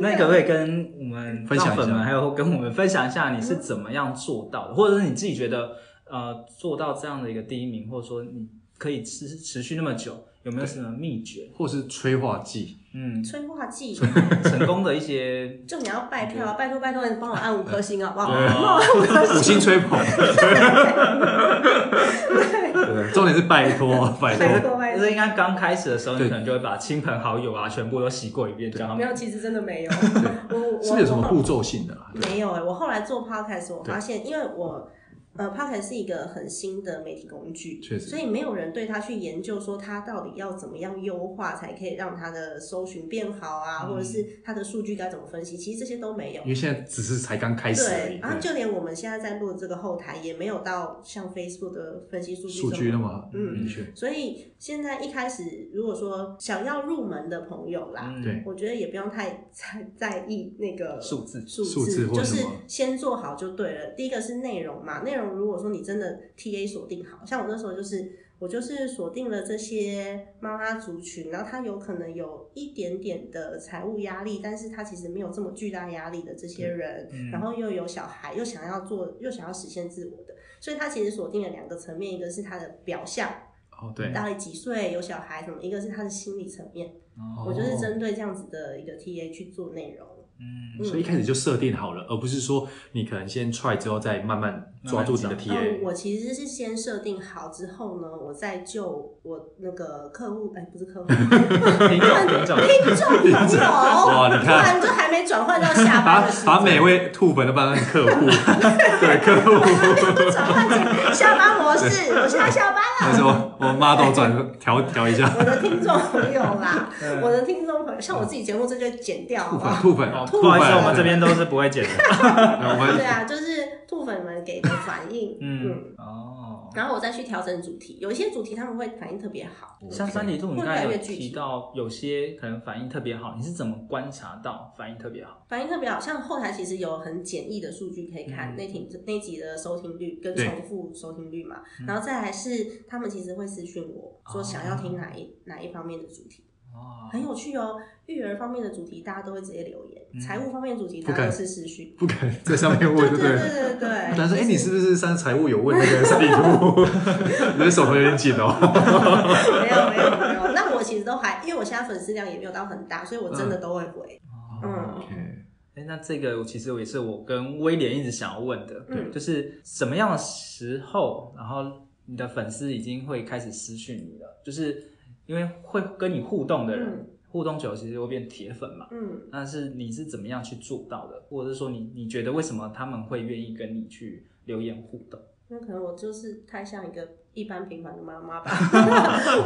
Speaker 1: 那可不可以跟我们
Speaker 2: 分享
Speaker 1: 让
Speaker 2: 一下
Speaker 1: 粉们，还有跟我们分享一下你是怎么样做到的，或者是你自己觉得呃做到这样的一个第一名，或者说你可以持持续那么久，有没有什么秘诀？
Speaker 2: 或是催化剂，
Speaker 1: 嗯，
Speaker 3: 催化剂，
Speaker 1: 成功的一些
Speaker 3: 就你要拜 票啊，拜托拜托，你帮我按五颗星啊好不好？
Speaker 2: 对啊五星吹捧。对，重点是拜托，拜
Speaker 3: 拜
Speaker 2: 托，
Speaker 3: 托拜
Speaker 1: 就
Speaker 3: 托
Speaker 1: 是，应该刚开始的时候，你
Speaker 2: 对
Speaker 1: 可能就会把亲朋好友啊全部都洗过一遍，这样
Speaker 3: 没有，其实真的没有，
Speaker 2: 对
Speaker 3: 我我
Speaker 2: 是不是有什么
Speaker 3: 我
Speaker 2: 步骤性的啦？对，啊
Speaker 3: 没有哎、我后来做 podcast，我发现，因为我呃，podcast 是一个很新的媒体工具，
Speaker 2: 确实
Speaker 3: 所以没有人对它去研究说它到底要怎么样优化，才可以让它的搜寻变好啊，
Speaker 1: 嗯
Speaker 3: 或者是它的数据该怎么分析，其实这些都没有
Speaker 2: 因。为现在只是才刚开始而
Speaker 3: 对
Speaker 2: 已，。
Speaker 3: 然后
Speaker 2: 对
Speaker 3: 就连我们现在在录这个后台，也没有到像 Facebook 的分析数据
Speaker 2: 数据
Speaker 3: 这
Speaker 2: 那
Speaker 3: 么
Speaker 2: 么
Speaker 3: 嗯
Speaker 2: 明确，
Speaker 3: 所以现在一开始，如果说想要入门的朋友啦，
Speaker 1: 嗯
Speaker 2: 对
Speaker 3: 我觉得也不用太在在意那个
Speaker 1: 数字
Speaker 3: 数
Speaker 2: 数字或
Speaker 3: 就
Speaker 2: 什
Speaker 3: 是
Speaker 2: 么
Speaker 3: 先做好就对了。第一个是内容嘛，内容如果说你真的 TA 锁定好，像我那时候就是我就是锁定了这些妈妈族群，然后她有可能有一点点的财务压力，但是她其实没有这么巨大压力的这些人，
Speaker 1: 嗯
Speaker 3: 然后又有小孩，又想要做，又想要实现自我的，所以她其实锁定了两个层面，一个是她的表象，
Speaker 2: 哦，对，
Speaker 3: 到底几岁有小孩什么，一个是她的心理层面，
Speaker 1: 哦
Speaker 3: 我就是针对这样子的一个 TA 去做内容。
Speaker 1: 嗯
Speaker 3: 嗯
Speaker 2: 所以一开始就设定好了，而不是说你可能先 try 之后再慢慢抓住你的
Speaker 1: 慢慢
Speaker 3: 然后
Speaker 2: TA。
Speaker 3: 我其实是先设定好之后呢，我再就我那个客户，哎，不是 客户，
Speaker 1: 品种品种，
Speaker 3: 听众朋友，
Speaker 2: 哇你看
Speaker 3: 突然就还没转换到下
Speaker 2: 把
Speaker 3: 班的时间，
Speaker 2: 把每位兔粉都当成客户，对客户，
Speaker 3: 转换成下班模式，我现在下班
Speaker 2: 那是我我 model 转调调一下，
Speaker 3: 我的听众朋友啦，
Speaker 2: 嗯
Speaker 3: 我的听众朋友，像我自己节目这就剪掉好
Speaker 2: 兔
Speaker 3: 不
Speaker 2: 粉
Speaker 3: 好？
Speaker 1: 哦
Speaker 2: 兔粉兔
Speaker 1: 不好意思，
Speaker 2: 粉，
Speaker 1: 我们这边都是不会剪 的。
Speaker 2: 对我
Speaker 3: 对
Speaker 2: 们
Speaker 3: 啊，就是兔粉们给的反应，嗯。
Speaker 1: 嗯，哦，
Speaker 3: 然后我再去调整主题，有一些主题他们会反应特别
Speaker 2: 哦
Speaker 3: 好，
Speaker 1: 像三里兔，你
Speaker 3: 会
Speaker 1: 刚
Speaker 3: 越来
Speaker 1: 才有
Speaker 3: 越具
Speaker 1: 提
Speaker 3: 体
Speaker 1: 到有些可能反应特别好，你是怎么观察到反应特别好？
Speaker 3: 反应特别好，像后台其实有很简易的数据可以看，
Speaker 1: 嗯
Speaker 3: 那挺那集的收听率跟
Speaker 2: 对嗯
Speaker 3: 重复收听率嘛，然后再来是他们其实会私讯我
Speaker 2: 哦
Speaker 3: 说想要听哪一、哪一方面的主题，
Speaker 1: 哦
Speaker 3: 很有趣哦。育儿方面的主题大家都会直接留言，
Speaker 1: 嗯
Speaker 3: 财务方面的主题
Speaker 2: 不
Speaker 3: 大家
Speaker 2: 敢
Speaker 3: 都是私讯，
Speaker 2: 不敢在上面问，对不
Speaker 3: 对
Speaker 2: 对？
Speaker 3: 对 对对。
Speaker 2: 但是哎，
Speaker 3: 就
Speaker 2: 你是不是三财务有问那个三里兔？你的手头有点紧哦。
Speaker 3: 没有没有没有？那我其实都还，因为我现在粉丝量也没有到很大，所以我真的都会回。嗯
Speaker 2: OK，
Speaker 1: 哎，那这个其实我也是我跟威廉一直想要问的，
Speaker 3: 嗯
Speaker 1: 就是什么样的时候，然后你的粉丝已经会开始失去你了？就是因为会跟你互动的人，
Speaker 3: 嗯
Speaker 1: 互动久了其实会变铁粉嘛。
Speaker 3: 嗯，
Speaker 1: 但是你是怎么样去做到的，或者是说你你觉得为什么他们会愿意跟你去留言互动？，
Speaker 3: 那可能我就是太像一个一般平凡的妈妈吧因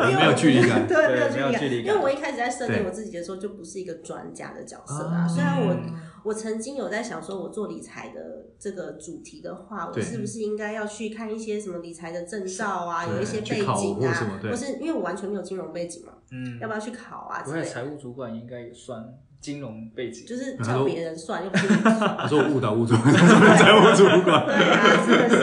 Speaker 3: 为我
Speaker 1: 没有距离感
Speaker 3: 对，
Speaker 4: 对
Speaker 3: 没有
Speaker 4: 没有距
Speaker 3: 距
Speaker 4: 离
Speaker 3: 离
Speaker 4: 感
Speaker 3: 感。因为我一开始在设定
Speaker 2: 对
Speaker 3: 我自己的时候，就不是一个专家的角色
Speaker 2: 啊
Speaker 3: 啊。虽然我
Speaker 2: 嗯
Speaker 3: 我曾经有在想说，我做理财的这个主题的话，我
Speaker 2: 对
Speaker 3: 是不是应该要去看一些什么理财的证照啊，
Speaker 2: 对
Speaker 3: 有一些背
Speaker 2: 去考
Speaker 3: 景
Speaker 2: 或什么
Speaker 3: 啊，
Speaker 2: 对
Speaker 3: 或是因为我完全没有金融背景嘛，
Speaker 1: 嗯
Speaker 3: 要不要去考啊
Speaker 1: 不
Speaker 3: 之
Speaker 1: 会，
Speaker 3: 类的。
Speaker 1: 财务主管应该也算金融背景，
Speaker 3: 就是叫别人算，又不是自己算。
Speaker 2: 我说我误导误主管，财务主管，
Speaker 3: 对啊，真的是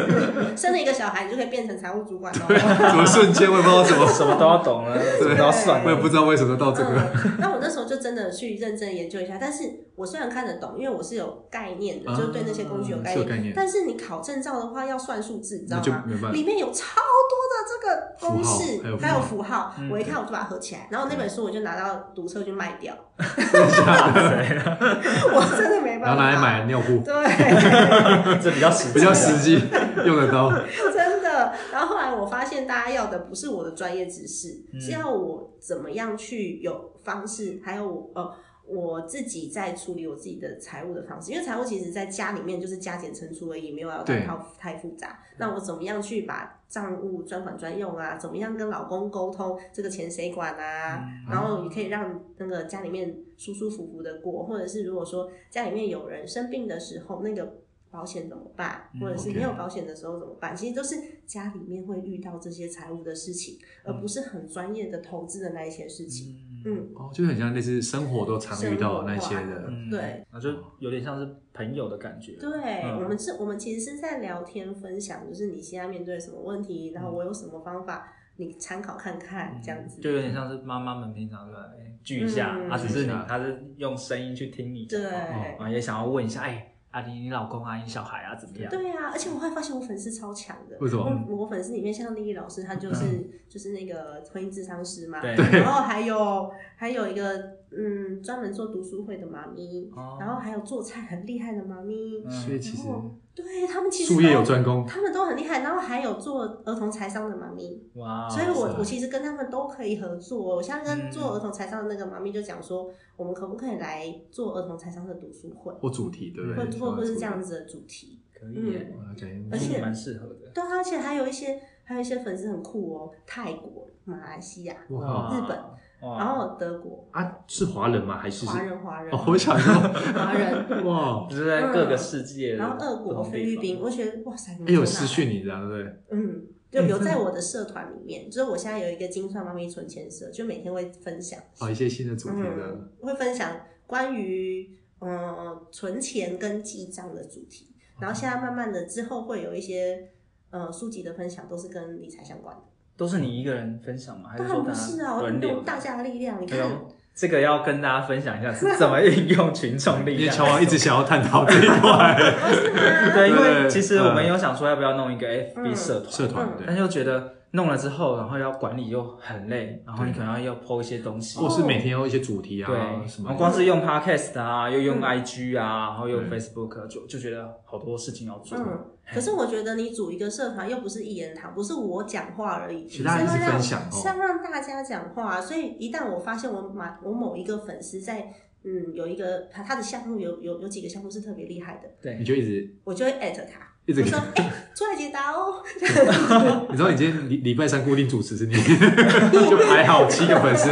Speaker 3: 生了一个小孩，你就可以变成财务主管哦。
Speaker 2: 怎么瞬间我也不知道怎么，
Speaker 1: 什么都要 懂了，什么都要算
Speaker 2: 我也
Speaker 1: 了。
Speaker 2: 不知道为什么到这个。
Speaker 3: 嗯，那我那时候就真的去认真研究一下，但是我虽然看得懂，因为我是有概念的，
Speaker 2: 啊
Speaker 3: 就是对那些工具有概
Speaker 2: 是
Speaker 3: 念，
Speaker 2: 有概念
Speaker 3: 但是你考证照的话要算数字，你知道
Speaker 2: 那就
Speaker 3: 吗
Speaker 2: 没办法？
Speaker 3: 里面有超多的这个公式，
Speaker 2: 符号还
Speaker 3: 还
Speaker 2: 有
Speaker 3: 有
Speaker 2: 符
Speaker 3: 符号
Speaker 1: 嗯，
Speaker 3: 我一看我就把它合起来，然后那本书我就拿到读册去卖 掉， 我真的没
Speaker 2: 然
Speaker 3: 办法，
Speaker 2: 后拿来买尿布，
Speaker 3: 对，
Speaker 1: 这比较实际啊
Speaker 2: 比较实际，用得 到。
Speaker 3: 真的。然后后来我发现大家要的不是我的专业知识，
Speaker 1: 嗯
Speaker 3: 是要我怎么样去有方式，还有我呃我自己在处理我自己的财务的方式，因为财务其实在家里面就是加减乘除而已，没有要
Speaker 2: 对
Speaker 3: 太太复杂。那我怎么样去把账务专款专用啊？怎么样跟老公沟通这个钱谁管啊？然后你可以让那个家里面舒舒服服的过，或者是如果说家里面有人生病的时候，那个保险怎么办，
Speaker 1: 嗯
Speaker 3: 或者是
Speaker 2: OK
Speaker 3: 没有保险的时候怎么办，其实都是家里面会遇到这些财务的事情，而不是很专业的投资的那一些事情。嗯，
Speaker 2: 哦，就很像类似生活都常遇到那些的，
Speaker 1: 嗯
Speaker 3: 对，
Speaker 1: 那就有点像是朋友的感觉。
Speaker 3: 对，
Speaker 1: 嗯
Speaker 3: 我们是，我们其实是在聊天分享，就是你现在面对什么问题，然后我有什么方法，你参考看
Speaker 1: 嗯
Speaker 3: 看，这样子。
Speaker 1: 就有点像是妈妈们平常的哎聚一下，
Speaker 3: 嗯
Speaker 1: 她只是
Speaker 2: 聚一
Speaker 1: 你
Speaker 2: 下，
Speaker 1: 她是用声音去听你讲
Speaker 3: 对
Speaker 1: 话，啊，也想要问一下，哎，啊你你老公啊，你小孩啊怎么样？
Speaker 3: 对啊，而且我会发现我粉丝超强的。
Speaker 2: 为什么？
Speaker 3: 我我粉丝里面像丽丽老师，她就是、就是那个婚姻智商师嘛，
Speaker 1: 对
Speaker 3: 然后还有还有一个嗯专门做读书会的妈咪，
Speaker 1: 哦
Speaker 3: 然后还有做菜很厉害的妈咪，
Speaker 1: 嗯
Speaker 2: 所以其实
Speaker 3: 对他们其实
Speaker 2: 术业
Speaker 3: 都
Speaker 2: 有专攻，
Speaker 3: 他们都很厉害，然后还有做儿童财商的妈咪，
Speaker 1: 哇，哦
Speaker 3: 所以
Speaker 2: 是
Speaker 3: 我
Speaker 2: 啊
Speaker 3: 我其实跟他们都可以合作。我像
Speaker 1: 嗯
Speaker 3: 跟做儿童财商的那个妈咪就讲说，我们可不可以来做儿童财商的读书会，
Speaker 2: 或主题，对不
Speaker 3: 或
Speaker 2: 对？
Speaker 3: 嗯或或是这样子的主题？
Speaker 1: 可以耶，
Speaker 2: ，OK，
Speaker 3: 嗯而且
Speaker 1: 蛮适合的。
Speaker 3: 对啊，而且还有一些还有一些粉丝很酷哦，泰国、马来西亚，
Speaker 2: 哇
Speaker 3: 日本
Speaker 1: 哇，
Speaker 3: 然后德国，
Speaker 2: 啊，是华人吗？还是
Speaker 3: 华人华人
Speaker 2: 哦，我想说，
Speaker 3: 华人，
Speaker 2: 哇，
Speaker 1: 就是在各个世界的
Speaker 3: 嗯然后
Speaker 1: 不
Speaker 3: 俄
Speaker 1: 同地方，
Speaker 3: 国、菲律宾，我觉得哇塞，你
Speaker 2: 哎，
Speaker 3: 们
Speaker 2: 有
Speaker 3: 从哪
Speaker 2: 私
Speaker 3: 来
Speaker 2: 讯你这样，对不对？
Speaker 3: 嗯，就留在我的社团里面，就是我现在有一个金算妈咪存钱社，就每天会分享，
Speaker 2: 哦，一些新的主题的，
Speaker 3: 嗯，会分享关于呃存钱跟记账的主题，然后现在慢慢的之后会有一些呃书籍的分享，都是跟理财相关的。
Speaker 1: 都是你一个人分享吗？还
Speaker 3: 当
Speaker 1: 说
Speaker 3: 然不
Speaker 1: 大
Speaker 3: 是啊，
Speaker 1: 家
Speaker 3: 我
Speaker 1: 轮流
Speaker 3: 用？大家的力量，你
Speaker 1: 哎
Speaker 3: 看。
Speaker 1: 呦，这个要跟大家分享一下是怎么运用群众力
Speaker 2: 因为
Speaker 1: 量。
Speaker 2: 乔王一直想要探讨这一块
Speaker 3: 哦
Speaker 1: 对，因
Speaker 2: 对
Speaker 1: 为
Speaker 2: 对嗯
Speaker 1: 其实我们有想说要不要弄一个 FB
Speaker 3: 嗯
Speaker 1: 社团，
Speaker 2: 社团，对，
Speaker 1: 但又觉得弄了之后，然后要管理又很累，然后你可能要 PO 一些东西，
Speaker 2: 或是每天要一些主题
Speaker 1: 对，哦
Speaker 2: 啊，什
Speaker 1: 然后
Speaker 2: 么
Speaker 1: 光是用 Podcast 啊，又用
Speaker 3: 嗯
Speaker 1: IG 啊，然后又
Speaker 2: 对
Speaker 1: Facebook，就就觉得好多事情要 做。
Speaker 3: 嗯，可是我觉得你组一个社团又不是一言堂，不是我讲话而已，
Speaker 2: 其他人
Speaker 3: 是
Speaker 2: 是
Speaker 3: 要
Speaker 2: 分
Speaker 3: 让
Speaker 2: 享
Speaker 3: 是要
Speaker 2: 哦，
Speaker 3: 让大家讲话。啊所以一旦我发现我买我某一个粉丝在嗯有一个他他的项目有有有几个项目是特别厉害的，
Speaker 1: 对
Speaker 2: 你，就一直
Speaker 3: 我就会艾特他，
Speaker 2: 一直
Speaker 3: 我，说哎、出来解答哦。
Speaker 2: 你知道你今天礼礼拜三固定主持是你， 就排好七个粉 丝，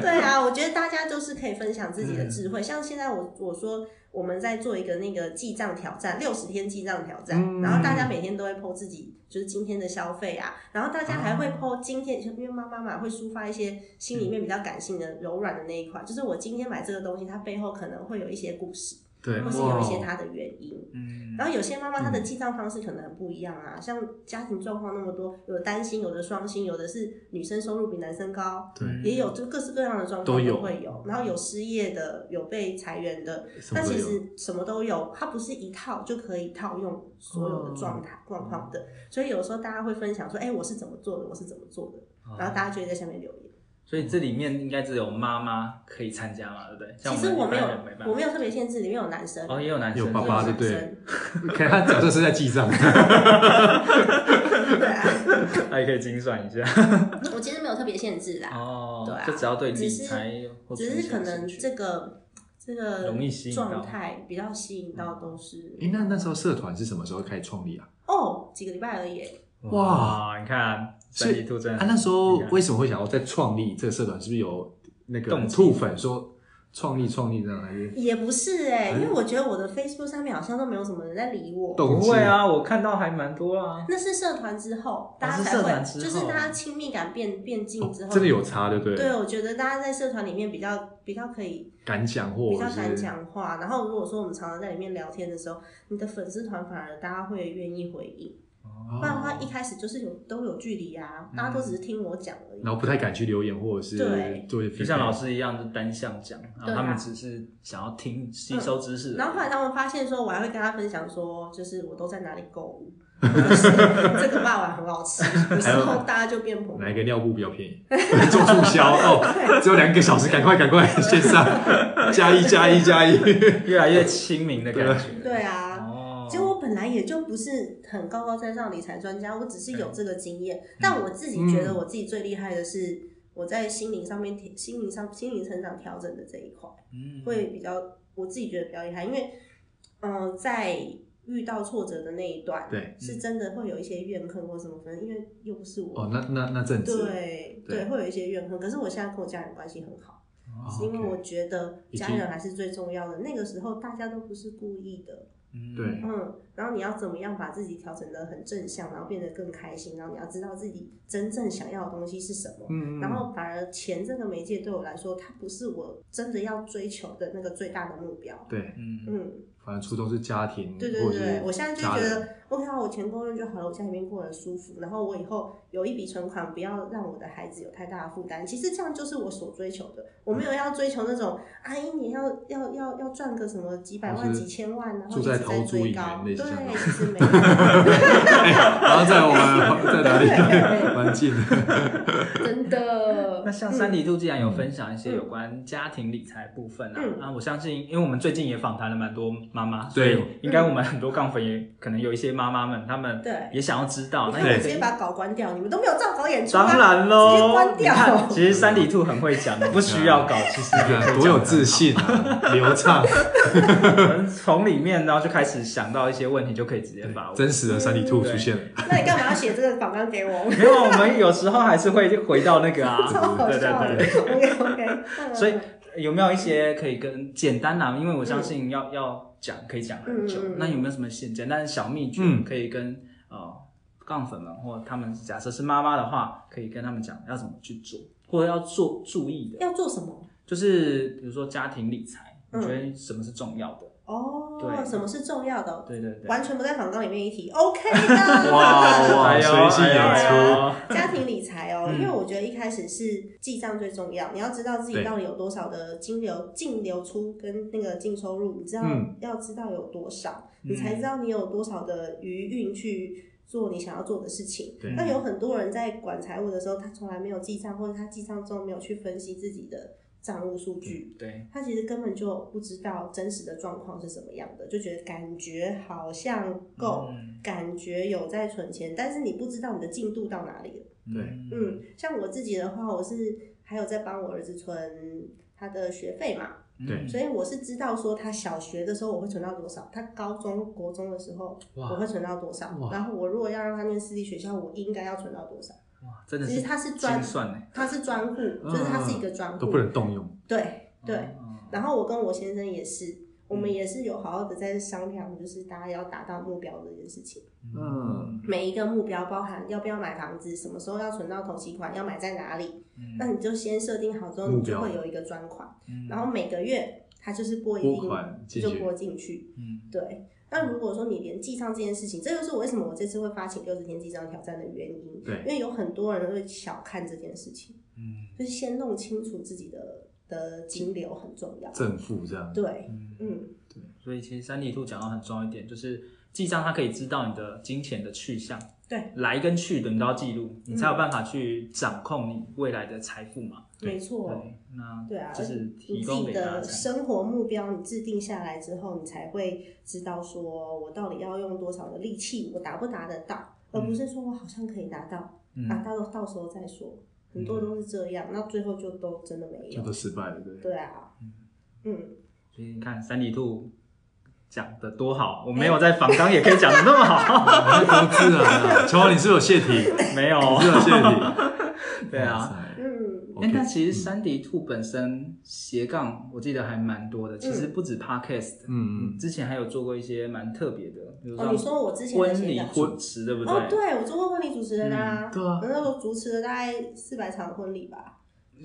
Speaker 3: 对啊，我觉得大家就是可以分享自己的智
Speaker 2: 嗯
Speaker 3: 慧。像现在我我说我们在做一个那个记账挑战，六十天记账挑战，
Speaker 2: 嗯
Speaker 3: 然后大家每天都会 PO 自己就是今天的消费啊，然后大家还会 PO 今天，因为妈妈嘛会抒发一些心里面比较感性的、柔软的那一块，就是我今天买这个东西，它背后可能会有一些故事，
Speaker 2: 对，
Speaker 3: 或是有一些
Speaker 2: 哇
Speaker 3: 它的原因。
Speaker 1: 嗯，
Speaker 3: 然后有些妈妈她的记账方式可能很不一样啊，像家庭状况那么多，有的单薪，有的双薪，有的是女生收入比男生高，
Speaker 1: 嗯
Speaker 2: 对，
Speaker 3: 也有，就各式各样的状况
Speaker 2: 都有
Speaker 3: 会有，然后有失业的，有被裁员的，
Speaker 2: 什么啊
Speaker 3: 但
Speaker 2: 都
Speaker 3: 其
Speaker 2: 有，
Speaker 3: 实什么都有，它不是一套就可以套用所有的
Speaker 1: 哦
Speaker 3: 状态状况的，所以有时候大家会分享说，哎，我是怎么做的，我是怎么做的，
Speaker 1: 哦
Speaker 3: 然后大家就会在下面留言。
Speaker 1: 所以这里面应该只有妈妈可以参加嘛，对不对？像
Speaker 3: 其实
Speaker 1: 我
Speaker 3: 我
Speaker 1: 们
Speaker 3: 没
Speaker 1: 一
Speaker 3: 有
Speaker 1: 般人没，办
Speaker 3: 我
Speaker 1: 法。
Speaker 3: 没有特别限制，里面有男生，
Speaker 1: 哦，也有男生，
Speaker 2: 有爸爸
Speaker 3: 也
Speaker 2: 对
Speaker 3: 有
Speaker 2: 不
Speaker 3: 女
Speaker 2: 对
Speaker 3: 生，
Speaker 2: 看他角色是在记账，
Speaker 3: 对啊，
Speaker 1: 还可以精算 一下。
Speaker 3: 我其实没有特别限制啦，
Speaker 1: 哦，
Speaker 3: 对啊
Speaker 1: 就只要对理
Speaker 3: 只是
Speaker 1: 财或
Speaker 3: 只是可
Speaker 1: 存钱有兴
Speaker 3: 能
Speaker 1: 趣
Speaker 3: 这个这个
Speaker 1: 容易吸引到嗯
Speaker 3: 状态比较吸引到都是
Speaker 2: 哎，那那时候社团是什么时候开始创立啊？
Speaker 3: 哦几个礼拜而已耶，
Speaker 2: 哇！
Speaker 1: 哇，你看
Speaker 2: 所以
Speaker 1: 三级兔真的
Speaker 2: 啊
Speaker 1: 很，
Speaker 2: 那时候
Speaker 1: 厉害
Speaker 2: 为什么会想要再创立这个社团？是不是有那个
Speaker 1: 动机
Speaker 2: 兔粉说创立创立这样还是
Speaker 3: 也不是哎、
Speaker 2: 嗯
Speaker 3: 因为我觉得我的 Facebook 上面好像都没有什么人在理我。
Speaker 2: 动
Speaker 1: 不
Speaker 2: 机
Speaker 1: 会？啊，我看到还蛮多啊。
Speaker 3: 那是社团之后，大家
Speaker 1: 是
Speaker 3: 才
Speaker 1: 社
Speaker 3: 会，
Speaker 1: 团之
Speaker 3: 就是
Speaker 1: 后
Speaker 3: 大家亲密感变变近
Speaker 2: 啊哦
Speaker 3: 之后，
Speaker 2: 真的有差，对不对？
Speaker 3: 对，我觉得大家在社团里面比较比较可以
Speaker 2: 敢讲或
Speaker 3: 比较
Speaker 2: 是
Speaker 3: 敢讲话，然后如果说我们常常在里面聊天的时候，你的粉丝团反而大家会愿意回应，
Speaker 2: 哦嗯
Speaker 3: 不然的话一开始就是有都有距离啊，大家都只是听我讲而已。
Speaker 2: 然后不太敢去留言或者是
Speaker 3: 对
Speaker 2: 做一些
Speaker 1: 就像
Speaker 2: feedback
Speaker 1: 老师一样，就单向讲，然后他
Speaker 3: 对啊嗯
Speaker 1: 们只是想要听吸收知识而已。
Speaker 3: 然后后来他们发现说，我还会跟他分享说，就是我都在哪里 购物，或者是这个霸王很好吃，
Speaker 2: 还
Speaker 3: 然
Speaker 2: 有
Speaker 3: 后大家就变朋
Speaker 2: 哪一
Speaker 3: 友。
Speaker 2: 个尿布比较便宜？ 做促销哦，只有两个小时，赶快赶快线 上加一加一加一。
Speaker 1: 越来越亲民的感觉。
Speaker 3: 对啊，
Speaker 1: 哦，
Speaker 3: 其实我本来也就不是很高高在上理财专家，我只是有这个经验，
Speaker 2: 嗯
Speaker 3: 但我自己觉得我自己最厉害的是。我在心灵上面调，心灵上心灵成长调整的这一块，
Speaker 1: 嗯
Speaker 3: 会比较我自己觉得比较厉害，因为，嗯、在遇到挫折的那一段，
Speaker 2: 对，
Speaker 3: 是真的会有一些怨恨或什么，可能因为又不是我，
Speaker 2: 哦，那那那阵子，
Speaker 3: 对
Speaker 2: 对
Speaker 3: 对，会有一些怨恨。可是我现在跟我家人关系很好，
Speaker 2: 哦
Speaker 3: 是因为
Speaker 2: OK
Speaker 3: 我觉得
Speaker 2: 已
Speaker 3: 家
Speaker 2: 经
Speaker 3: 人还是最重要的。那个时候大家都不是故意的，
Speaker 2: 对
Speaker 3: 嗯。然后你要怎么样把自己调整的很正向，然后变得更开心，然后你要知道自己真正想要的东西是什么。
Speaker 2: 嗯，嗯
Speaker 3: 然后反而钱这个媒介对我来说，它不是我真的要追求的那个最大的目标。
Speaker 2: 对，
Speaker 1: 嗯，
Speaker 3: 嗯，
Speaker 2: 反正初衷是家庭，
Speaker 3: 对对
Speaker 2: 或者
Speaker 3: 对
Speaker 2: 是，
Speaker 3: 我现在就
Speaker 2: 家
Speaker 3: 觉
Speaker 2: 人
Speaker 3: 得 OK 啊，我钱够用就好了，我家里面过得舒服，然后我以后有一笔存款，不要让我的孩子有太大的负担。其实这样就是我所追求的，我没有要追求那种啊，一年要要要要赚个什么几百
Speaker 2: 就
Speaker 3: 万、
Speaker 2: 是
Speaker 3: 几千万，然后
Speaker 2: 住
Speaker 3: 一
Speaker 2: 在
Speaker 3: 直
Speaker 2: 桃
Speaker 3: 在
Speaker 2: 竹
Speaker 3: 追
Speaker 2: 影
Speaker 3: 高，
Speaker 2: 园类
Speaker 3: 对，
Speaker 2: 似这样
Speaker 3: 其实 没有，
Speaker 2: 哎然后在我们在哪里？
Speaker 3: 对
Speaker 2: 蛮近的，
Speaker 3: 真的。
Speaker 1: 那像三里兔既然有分享一些有关家庭理财部分啊，
Speaker 3: 嗯
Speaker 1: 啊，我相信，因为我们最近也访谈了蛮多妈妈，
Speaker 2: 对，
Speaker 1: 应该我们很多杠粉也可能有一些妈妈们，她们
Speaker 3: 对
Speaker 1: 也想要知道，那
Speaker 3: 你看我
Speaker 1: 也
Speaker 3: 直
Speaker 1: 可
Speaker 3: 接
Speaker 1: 以。
Speaker 3: 把稿关掉，你们都没有照稿演出啊，
Speaker 1: 当然
Speaker 3: 直接
Speaker 1: 喽，
Speaker 3: 关掉
Speaker 1: 你看其实三里兔很会讲，不需要搞， 其实
Speaker 2: 你
Speaker 1: 也可以
Speaker 2: 看
Speaker 1: 讲
Speaker 2: 多有自信啊，流畅，
Speaker 1: 我们从里面然后就开始想到一些问题，就可以直接发问。
Speaker 2: 真实的三里兔出现了。
Speaker 3: 那你干嘛要写这个访纲给我？
Speaker 1: 没有，我们有时候还是会回到那个 啊，
Speaker 3: 超好
Speaker 1: 对
Speaker 3: 笑的
Speaker 1: 对对。
Speaker 3: ，OK OK，
Speaker 1: 所以有没有一些可以跟简单啦、因为我相信要、要讲可以讲很久。
Speaker 3: 嗯嗯嗯嗯
Speaker 1: 那有没有什么简简单的小秘诀
Speaker 2: 嗯
Speaker 1: 可以跟、呃杠粉们或他们假设是妈妈的话，可以跟他们讲要怎么去做，或者要做注意的，
Speaker 3: 要做什么？
Speaker 1: 就是比如说家庭理财，
Speaker 3: 嗯
Speaker 1: 你觉得什么是重要的？
Speaker 3: 哦，
Speaker 1: 对
Speaker 3: 什么是重要的？
Speaker 1: 对对对，
Speaker 3: 完全不在访纲里面一提。OK 的，
Speaker 2: 哇哇
Speaker 1: 哎呦
Speaker 2: 随性演
Speaker 1: 哎呦
Speaker 2: 出
Speaker 1: 哎呦
Speaker 3: 家庭理财哦，
Speaker 1: 嗯
Speaker 3: 因为我觉得一开始是记账最重要，你要知道自己
Speaker 2: 对
Speaker 3: 到底有多少的金流、净流出跟那个净收入，你知道、
Speaker 2: 嗯
Speaker 3: 要知道有多少，
Speaker 1: 嗯
Speaker 3: 你才知道你有多少的余韵去。做你想要做的事情
Speaker 2: 对，
Speaker 3: 那有很多人在管财务的时候，他从来没有记账，或者他记账之后没有去分析自己的账务数据，
Speaker 1: 对，
Speaker 3: 他其实根本就不知道真实的状况是什么样的，就觉得感觉好像够，
Speaker 1: 嗯
Speaker 3: 感觉有在存钱，但是你不知道你的进度到哪里了。
Speaker 2: 对
Speaker 3: 嗯，像我自己的话，我是还有在帮我儿子存他的学费嘛，
Speaker 2: 对
Speaker 3: 所以我是知道说他小学的时候我会存到多少，他高中、国中的时候
Speaker 2: 哇
Speaker 3: 我会存到多少
Speaker 2: 哇，
Speaker 3: 然后我如果要让他念私立学校，我应该要存到多少。
Speaker 1: 哇，真的
Speaker 3: 其实
Speaker 1: 是
Speaker 3: 他是专
Speaker 1: 精，算欸呢，
Speaker 3: 他是专户，就是他是一个专户，
Speaker 2: 嗯都不能动用，
Speaker 3: 对对。
Speaker 1: 嗯
Speaker 3: 然后我跟我先生也是，我们也是有好好的在商量，就是大家要达到目标这件事情。
Speaker 2: 嗯，
Speaker 3: 每一个目标包含要不要买房子，什么时候要存到头期款，要买在哪里，
Speaker 1: 嗯
Speaker 3: 那你就先设定好之后，
Speaker 2: 目
Speaker 3: 你
Speaker 2: 标
Speaker 3: 就会有一个专款，
Speaker 1: 嗯
Speaker 3: 然后每个月它就是拨一
Speaker 2: 拨
Speaker 3: 定，
Speaker 2: 款进
Speaker 3: 就
Speaker 2: 去，
Speaker 3: 拨进去。
Speaker 1: 嗯
Speaker 3: 对。那如果说你连记账这件事情，这就是我为什么我这次会发起六十天记账挑战的原因。
Speaker 2: 对
Speaker 3: 因为有很多人会小看这件事情，
Speaker 1: 嗯
Speaker 3: 就是先弄清楚自己的的金流很重要。
Speaker 2: 正负这样，
Speaker 3: 对，
Speaker 1: 嗯
Speaker 3: 嗯。
Speaker 1: 所以其实三里兔讲到很重要一点，就是记账，它可以知道你的金钱的去向，
Speaker 3: 对，嗯
Speaker 1: 来跟去的你都要记录，你才有办法去掌控你未来的财富嘛。
Speaker 3: 没错，
Speaker 1: 对，那
Speaker 3: 对啊，
Speaker 1: 就是
Speaker 3: 你
Speaker 1: 提
Speaker 3: 自
Speaker 1: 供
Speaker 3: 己
Speaker 1: 给大
Speaker 3: 的
Speaker 1: 家。
Speaker 3: 生活目标你制定下来之后，你才会知道说我到底要用多少的力气，我达不达得到，而不是说我好像可以达到，
Speaker 1: 嗯
Speaker 3: 达啊到到时候再说，很多都是这样，那最后就都真的没
Speaker 2: 就
Speaker 3: 有
Speaker 2: 都。失败了，对。
Speaker 3: 对啊，嗯，
Speaker 1: 所以你看，三里兔讲的多好，我
Speaker 3: 哎
Speaker 1: 没有在访纲也可以讲的那么好，
Speaker 2: 那多自然啊！乔王，你是不是有泄题？
Speaker 1: 没有，
Speaker 2: 你是不是有泄题？
Speaker 1: 对 啊。
Speaker 3: 嗯，
Speaker 1: 哎、
Speaker 2: OK，
Speaker 1: 但其实山迪兔本身斜杠，我记得还蛮多的。其
Speaker 3: 嗯
Speaker 1: 实不止 podcast，、
Speaker 2: 嗯嗯，
Speaker 1: 之前还有做过一些蛮特别的，比如
Speaker 3: 哦，你说我之前的
Speaker 1: 婚
Speaker 3: 写
Speaker 1: 礼
Speaker 3: 的。
Speaker 1: 主持，对不欸对？
Speaker 3: 哦，对，我做过婚礼主持人啊，
Speaker 2: 对啊
Speaker 3: 我那时候主持了大概四百场婚礼吧。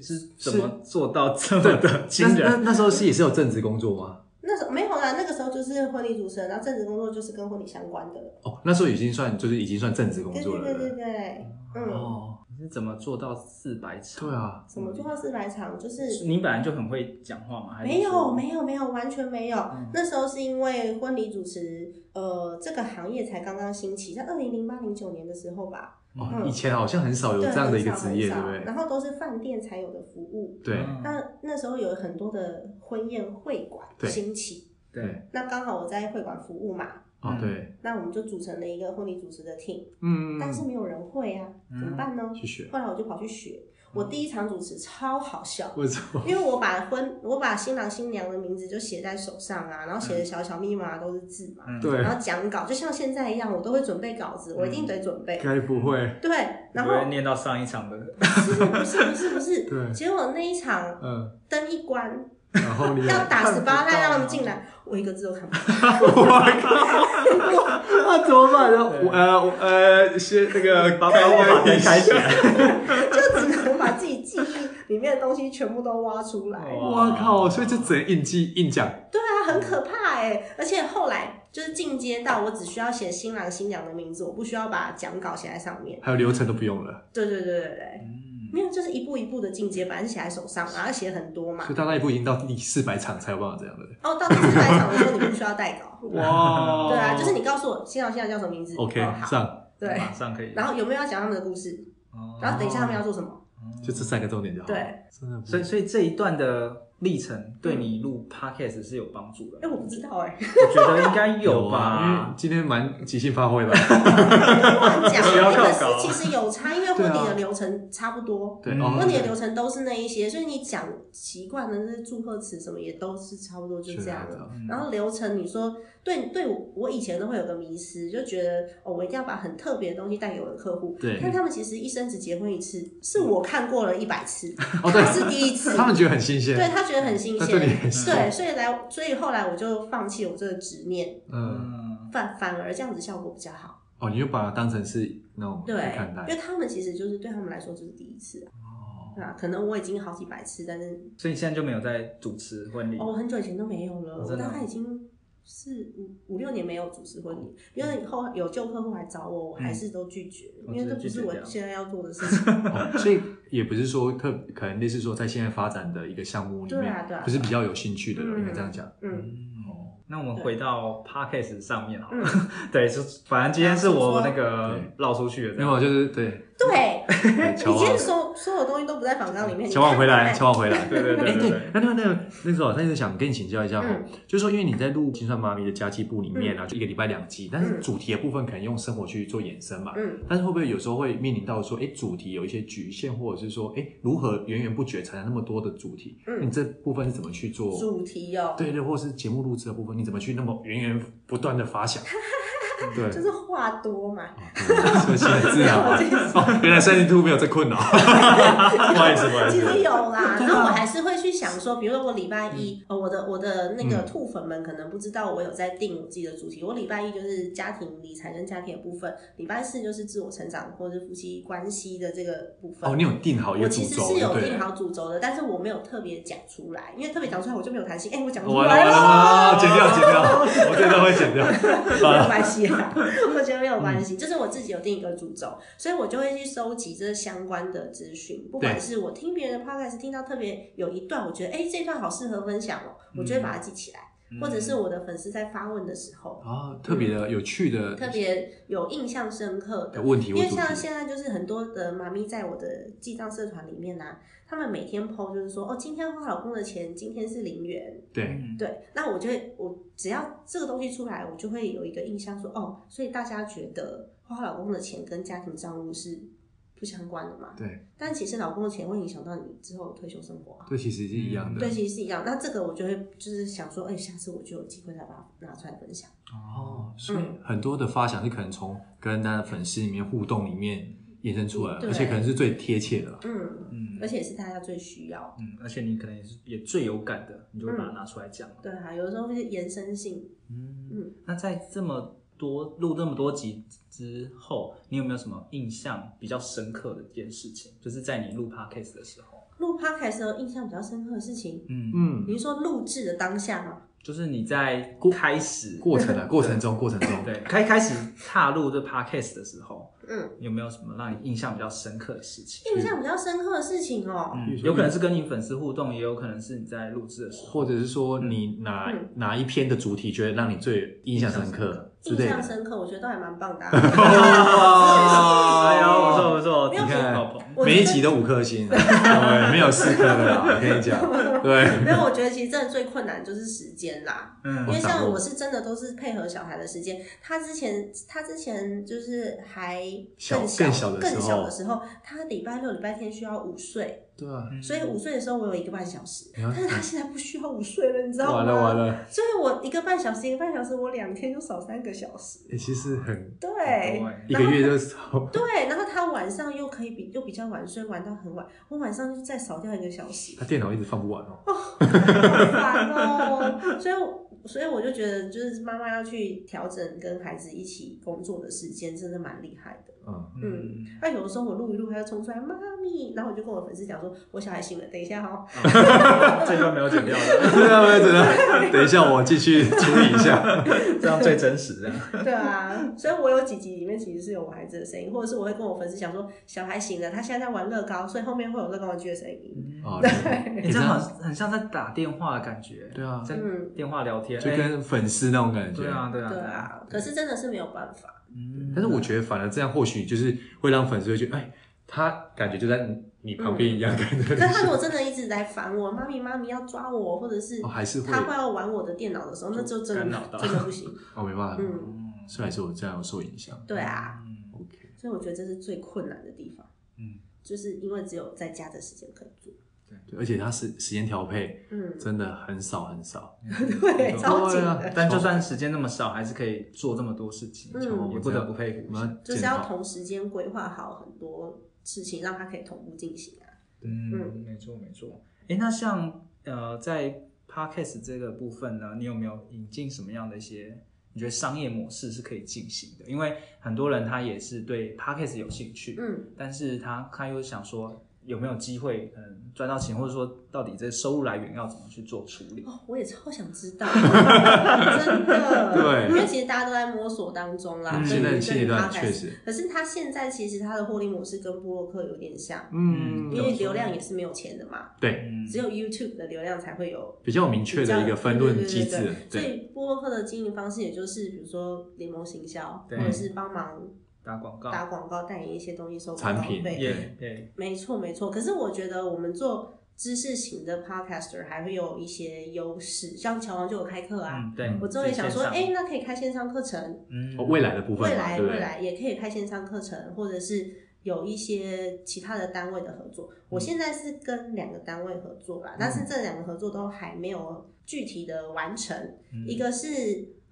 Speaker 1: 是怎么做到这么的惊
Speaker 2: 那那
Speaker 1: 人？
Speaker 2: 那时候是也是有正职工作吗？
Speaker 3: 那时候没有啦，那个时候就是婚礼主持人，然后正职工作就是跟婚礼相关的。
Speaker 2: 哦，那时候已经算就是已经算正职工
Speaker 3: 对
Speaker 2: 作
Speaker 3: 对
Speaker 2: 了。
Speaker 3: 对对对，嗯，
Speaker 2: 哦，
Speaker 1: 你是怎么做到四百场？
Speaker 2: 对，啊，
Speaker 3: 怎么做到四百场？就是
Speaker 1: 你本来就很会讲话嘛？还是
Speaker 3: 没有
Speaker 1: 说
Speaker 3: 没有没有，完全没有。那时候是因为婚礼主持，呃，这个行业才刚刚兴起，在二零零八零九年的时候吧，
Speaker 2: 哦，
Speaker 3: 嗯
Speaker 2: 以前好像很少有
Speaker 3: 对，
Speaker 2: 这样的一个
Speaker 3: 很少
Speaker 2: 职业，对
Speaker 3: 很少
Speaker 2: 不对？
Speaker 3: 然后都是饭店才有的服务。
Speaker 2: 对
Speaker 1: 嗯
Speaker 3: 那那时候有很多的婚宴会馆
Speaker 2: 对
Speaker 3: 兴起，
Speaker 2: 嗯
Speaker 1: 对，
Speaker 3: 那刚好我在会馆服务嘛，
Speaker 2: 哦
Speaker 1: 嗯
Speaker 2: 对，
Speaker 3: 那我们就组成了一个婚礼主持的 team，、
Speaker 2: 嗯，
Speaker 3: 但是没有人会啊，怎么办呢？
Speaker 2: 去学，嗯
Speaker 3: 后来我就跑去学，我第一场主持超好笑。
Speaker 2: 为什么？
Speaker 3: 因为我把婚，我把新郎新娘的名字就写在手上啊，然后
Speaker 2: 嗯
Speaker 3: 写的小小密码都是字嘛，
Speaker 1: 嗯
Speaker 2: 对
Speaker 3: 然，后讲稿，就像现在一样，我都会准备稿子，我
Speaker 2: 嗯
Speaker 3: 一定得准备。
Speaker 2: 该不会，
Speaker 3: 对，然后
Speaker 1: 不会念到上一场的，
Speaker 3: 不是不是不是不
Speaker 2: 对
Speaker 3: 是，结果那一场
Speaker 2: 嗯，
Speaker 3: 灯一关，
Speaker 2: 然后 你
Speaker 3: 要打十八
Speaker 1: 看不到
Speaker 3: 再让他们进来，我一个字都看不到。
Speaker 2: 那啊怎么办呢？我呃我呃，先那 个
Speaker 1: 把把我把灯开 起 来。
Speaker 3: 就只能把自己记忆里面的东西全部都挖出来。
Speaker 2: 我靠！所以就只能硬记硬讲，
Speaker 3: 对啊，很可怕哎、而且后来就是进阶到我只需要写新郎新娘的名字，我不需要把讲稿写在上面。
Speaker 2: 还有流程都不用了，
Speaker 3: 对对对对对，
Speaker 1: 嗯
Speaker 3: 没有，就是一步一步的进阶，反正写在手上，然后写很多嘛
Speaker 2: 所以。到那一步已经到第四百场才有办法这样的。
Speaker 3: 哦，到第四百场的时候，你不需要 带稿。
Speaker 2: 哇
Speaker 3: 对啊，就是你告诉我新郎新娘叫什么名字
Speaker 2: 哦 OK 啊
Speaker 3: 哦好，
Speaker 2: 上，
Speaker 3: 对。
Speaker 1: 马上可以。哦
Speaker 3: 然后有没有要讲他们的故事？
Speaker 2: 哦
Speaker 3: 然后等一下他们要做什么？
Speaker 2: 就这三个重点就好。
Speaker 3: 对，
Speaker 2: 真的不。
Speaker 3: 嗯
Speaker 1: 所以，所以这一段的历程对你录 podcast 是有帮助
Speaker 3: 哎，
Speaker 1: 的，
Speaker 3: 我不知道 哎，
Speaker 1: 我觉得应该 有
Speaker 2: 啊因为
Speaker 1: 吧。
Speaker 2: 今天蛮即兴发挥吧。
Speaker 3: 乱讲。
Speaker 1: 不要
Speaker 3: 哎
Speaker 1: 靠
Speaker 3: 可
Speaker 1: 稿
Speaker 3: 是其实有差，因为
Speaker 2: 啊
Speaker 3: 婚礼的流程差不多。
Speaker 2: 对，
Speaker 1: 嗯
Speaker 2: 哦
Speaker 3: 问你的流程都是那一些，所以你讲习惯的那些祝贺词什么也都是差不多就这样
Speaker 2: 是
Speaker 3: 了。
Speaker 2: 啊
Speaker 1: 嗯
Speaker 3: 然后流程，你说对对我，我以前都会有个迷失，就觉得哦，我一定要把很特别的东西带给我的客户。
Speaker 2: 对啊
Speaker 3: 但他们其实一生只结婚一次，是我看过了一百次，
Speaker 2: 哦
Speaker 3: 他是
Speaker 2: 对，
Speaker 3: 第一次，
Speaker 2: 他们觉得很新鲜。
Speaker 3: 对他觉得很新
Speaker 2: 那
Speaker 3: 鲜，
Speaker 2: 对你很新
Speaker 3: 对，所以来，所以后来我就放弃我这个执念，
Speaker 2: 嗯，
Speaker 1: 嗯，
Speaker 3: 反反而这样子效果比较好。
Speaker 2: 哦，你就把它当成是那种
Speaker 3: 对
Speaker 2: 来看，
Speaker 3: 因
Speaker 2: 待
Speaker 3: 为。他们其实就是对他们来说就是第一次啊，
Speaker 2: 哦，
Speaker 3: 对啊，可能我已经好几百次，但是
Speaker 1: 所以你现在就没有在主持婚礼
Speaker 3: 哦，我很久以前都没有了，
Speaker 1: 嗯哦
Speaker 3: 我
Speaker 1: 真的哦
Speaker 3: 大概已经是五五六年没有主持婚礼，因为后来有旧客户来找我，我还是都拒绝，
Speaker 1: 哦
Speaker 3: 因为这
Speaker 1: 就
Speaker 3: 不
Speaker 1: 是拒
Speaker 3: 是
Speaker 1: 绝
Speaker 3: 我
Speaker 1: 掉
Speaker 3: 现在要做的事情。嗯
Speaker 2: 哦所以也不是说特，可能类似说在现在发展的一个项目里
Speaker 3: 对啊
Speaker 2: 面
Speaker 3: 对啊，
Speaker 2: 不是比较有兴趣的人，应该这样讲。
Speaker 3: 嗯，
Speaker 1: 那我们回到 podcast 上面好了，
Speaker 3: 嗯啊
Speaker 1: 对，是反正今天是我那个
Speaker 2: 对
Speaker 1: 绕出去的，
Speaker 2: 没有，啊就是对，
Speaker 3: 对，
Speaker 2: 乔
Speaker 3: 你今
Speaker 2: 王
Speaker 3: 天，所所有东西都不在访纲里面。
Speaker 2: 乔王回来，乔
Speaker 3: 王，
Speaker 2: 王回来。
Speaker 1: 对对对
Speaker 2: 哎，
Speaker 1: 对
Speaker 2: 对
Speaker 1: 对，，
Speaker 2: 那那那那时候，他一直想跟你请教一下哈
Speaker 3: 嗯，
Speaker 2: 就是说，因为你在录《金算妈咪》的家计部里面啊，就一个礼拜两集，但是
Speaker 3: 嗯
Speaker 2: 主题的部分可能用生活去做衍生嘛，
Speaker 3: 嗯，
Speaker 2: 但是会不会有时候会面临到说，哎，主题有一些局限，或者是说，哎，如何源源不绝产生那么多的主题？
Speaker 3: 嗯
Speaker 2: 你这部分是怎么去做？
Speaker 3: 主题哦，
Speaker 2: 对对，或是节目录制的部分，你怎么去那么源源不断的发 想？对，
Speaker 3: 就是话多嘛。
Speaker 2: 所以现在自然 嘛哦，原来三零兔没有这困扰，不好意思，不好意
Speaker 3: 其实
Speaker 2: 思。
Speaker 3: 有啦，
Speaker 2: 啊
Speaker 3: 然后我还是会去想说，比如说我礼拜
Speaker 2: 嗯
Speaker 3: 一，呃，我的我的那
Speaker 2: 哦
Speaker 3: 个兔粉们可能不知道我有在定我自己的主题，我礼拜一就是家庭理财跟家庭的部分，礼拜四就是自我成长或者是夫妻关系的这个部分。
Speaker 2: 哦，你有定好一
Speaker 3: 我
Speaker 2: 个主
Speaker 3: 其实
Speaker 2: 轴，
Speaker 3: 是
Speaker 2: 对
Speaker 3: 有
Speaker 2: 不对
Speaker 3: 定？好主轴的，但是我没有特别讲出来，因为特别讲出来我就没有弹性。哎、我讲不出
Speaker 2: 完了
Speaker 3: 来
Speaker 2: 完了
Speaker 3: 了，
Speaker 2: 完了，剪掉剪掉， 我这段会剪掉。
Speaker 3: 没有关系啊，我觉得没有
Speaker 2: 嗯
Speaker 3: 关系，就是我自己有定一个主轴，所以我就会去收集这相关的资讯，不管是我听别人的 podcast 听到特别有一段，我觉得哎、这段好适合分享哦，我就会
Speaker 2: 嗯
Speaker 3: 把它记起来，或者是我的粉丝在发问的时候。
Speaker 2: 啊，特别的有趣的
Speaker 3: 特别有印象深刻的
Speaker 2: 的，问题
Speaker 3: 因
Speaker 2: 或
Speaker 3: 为
Speaker 2: 主题
Speaker 3: 像现在就是很多的妈咪在我的记账社团里面呢、他们每天 PO 就是说，哦，今天花老公的钱，今天是零元，
Speaker 2: 对，
Speaker 1: 嗯
Speaker 3: 对，那我就会，我只要这个东西出来，我就会有一个印象说，哦，所以大家觉得花老公的钱跟家庭账务是不相关的嘛。
Speaker 2: 对
Speaker 3: 但其实老公的钱会影响到你之后的退休生活啊。
Speaker 2: 对，其实是一样的。
Speaker 3: 对，其实是一样。那这个我就会就是想说，哎、下次我就有机会再把它拿出来分享。
Speaker 2: 哦，所
Speaker 3: 嗯
Speaker 2: 以很多的发想是可能从跟他的粉丝里面互动里面衍生出来，
Speaker 3: 对
Speaker 2: 而且可能是最贴切的啦。
Speaker 3: 嗯，
Speaker 1: 嗯
Speaker 3: 而且也是大家最需要。
Speaker 1: 嗯，而且你可能也是也最有感的，你就会把
Speaker 3: 嗯
Speaker 1: 它拿出来讲。
Speaker 3: 对啊，有的时候就是延伸性。
Speaker 1: 嗯，那在这么多录这么多集之后，你有没有什么印象比较深刻的一件事情？就是在你录 podcast 的时候，
Speaker 3: 录 podcast 的时候印象比较深刻的事情，
Speaker 1: 嗯，
Speaker 2: 嗯，
Speaker 3: 你是说录制的当下吗？
Speaker 1: 就是你在开始
Speaker 2: 过程啊，过程中，过程中，
Speaker 1: 对开开始踏入这 podcast 的时候，
Speaker 3: 嗯，
Speaker 1: 有没有什么让你印象比较深刻的事情？
Speaker 3: 印象比较深刻的事情哦、
Speaker 1: 嗯有可能是跟你粉丝互动，也有可能是你在录制的时候。
Speaker 2: 或者是说你哪
Speaker 3: 嗯
Speaker 2: 哪一篇的主题觉得让你最印象深刻之
Speaker 3: 印
Speaker 2: 类
Speaker 3: 象
Speaker 2: 的？
Speaker 3: 深刻， 我觉得都还蛮棒的啊、
Speaker 2: 哦
Speaker 1: 哎呀，不错不错，
Speaker 3: 哦没有
Speaker 1: 提
Speaker 2: 你看
Speaker 1: 醒爆棚
Speaker 3: 我
Speaker 2: 每一集都五颗星， 对，没有四颗的 啦，我跟你讲，对，
Speaker 3: 没有，我觉得其实真的最困难就是时间啦，
Speaker 1: 嗯
Speaker 3: 因为
Speaker 2: 掌
Speaker 3: 像
Speaker 2: 握
Speaker 3: 我是真的都是配合小孩的时间。他之前他之前就是还
Speaker 2: 小
Speaker 3: 更
Speaker 2: 更小的时候
Speaker 3: 更小的时候，他礼拜六礼拜天需要午睡，
Speaker 2: 对啊，
Speaker 3: 所以午睡的时候我有一个半小时，
Speaker 2: 嗯
Speaker 3: 但是他现在不需要午睡了，你知道吗？
Speaker 2: 完了完了，
Speaker 3: 所以我一个半小时一个半小时，我两天就少三个小时。
Speaker 2: 欸其实很欸
Speaker 3: 对。
Speaker 2: 一个月就少，
Speaker 3: 对，然后他晚上又可以比又比较晚睡，玩到很晚。我晚上就再少掉一个小时，
Speaker 2: 他电脑一直放不完哦。
Speaker 3: 好烦哦。所以我，所以我就觉得，就是妈妈要去调整跟孩子一起工作的时间，真的蛮厉害的。
Speaker 2: 嗯，
Speaker 3: 嗯， 那有的时候我录一录，他就冲出来妈咪，然后我就跟我粉丝讲说，我小孩醒了，等一 下哦。
Speaker 1: 这段没有剪掉的，
Speaker 2: 对啊，我也觉得，等一下我继续处理一 下。
Speaker 1: 这样最真实的。
Speaker 3: 对啊，所以我有几集里面其实是有我孩子的声音，或者是我会跟我粉丝讲说，小孩醒了，他现在在玩乐高，所以后面会有乐高玩具的声音。
Speaker 1: 嗯
Speaker 2: 哦，对
Speaker 1: 哎你这样很很像在打电话的感觉，
Speaker 2: 对啊，
Speaker 1: 在
Speaker 3: 嗯，
Speaker 1: 电话聊天，
Speaker 2: 就
Speaker 1: 哎
Speaker 2: 跟粉丝那种感觉。
Speaker 1: 对啊对啊
Speaker 3: 对，啊，可是真的是没有办法。
Speaker 1: 嗯
Speaker 2: 但是我觉得反而这样或许就是会让粉丝会觉得，哎，他感觉就在你你旁边一样的，
Speaker 3: 可是他如果真的一直来烦我，妈咪妈咪要抓我，或者是
Speaker 2: 哦还是会
Speaker 3: 他快要玩我的电脑的时候，那就真
Speaker 1: 干扰
Speaker 3: 的
Speaker 1: 到
Speaker 3: 真的不行。
Speaker 2: 哦，没办法，
Speaker 3: 嗯，
Speaker 2: 虽然说我这样有受影响。
Speaker 3: 对啊，
Speaker 1: 嗯
Speaker 2: OK，
Speaker 3: 所以我觉得这是最困难的地方。
Speaker 1: 嗯，
Speaker 3: 就是因为只有在家的时间可以做。
Speaker 2: 对，而且他时时间调配
Speaker 3: 嗯，
Speaker 2: 真的很少很少，
Speaker 3: 对，超紧
Speaker 2: 对啊
Speaker 3: 的，
Speaker 1: 但就算时间那么少，还是可以做这么多事情，
Speaker 3: 嗯
Speaker 1: 也不得不佩
Speaker 2: 我
Speaker 1: 服。
Speaker 2: 们
Speaker 3: 就是
Speaker 2: 检
Speaker 3: 要
Speaker 2: 讨
Speaker 3: 同时间规划好很多事情，让它可以同步进行啊。
Speaker 1: 嗯，没错没错。哎，那像呃，在 podcast 这个部分呢，你有没有引进什么样的一些？你觉得商业模式是可以进行的？因为很多人他也是对 podcast 有兴趣，
Speaker 3: 嗯，
Speaker 1: 但是他他又想说有没有机会嗯赚到钱，或者说到底这收入来源要怎么去做处理？
Speaker 3: 哦，我也超想知 道，真的。
Speaker 2: 对
Speaker 3: 因为其实大家都在摸索当中啦。
Speaker 1: 嗯
Speaker 3: 啊对于
Speaker 2: 现在
Speaker 3: 对于
Speaker 2: 现阶段
Speaker 3: podcast
Speaker 2: 确。实，
Speaker 3: 可是他现在其实他的获利模式跟布洛克有点像，
Speaker 2: 嗯，
Speaker 3: 因为流量也是没有钱的嘛，
Speaker 2: 对，
Speaker 1: 嗯
Speaker 3: 只有 YouTube 的流量才会有
Speaker 2: 比较明确的一个分论机制，
Speaker 3: 所以布洛克的经营方式，也就是比如说联盟行销，或
Speaker 1: 对
Speaker 3: 者是帮忙
Speaker 1: 打广告，
Speaker 3: 打广告、代言一些东西、收广告
Speaker 2: 产品，
Speaker 3: 费。
Speaker 1: 也
Speaker 2: 对，
Speaker 1: 对，
Speaker 3: 没错，没错。可是我觉得我们做知识型的 podcaster 还会有一些优势，像乔王就有开课啊。
Speaker 1: 嗯对
Speaker 2: 嗯，
Speaker 3: 我之后也想说，
Speaker 1: 线上
Speaker 3: 哎、那可以开线上课程，
Speaker 1: 嗯
Speaker 2: 哦，未来的部分
Speaker 3: 未
Speaker 2: 嘛，
Speaker 3: 来
Speaker 2: 对不
Speaker 3: 未
Speaker 2: 对？
Speaker 3: 来也可以开线上课程，或者是有一些其他的单位的合
Speaker 2: 嗯
Speaker 3: 作。我现在是跟两个单位合作啦，但是这两个合作都还没有具体的完成。一个是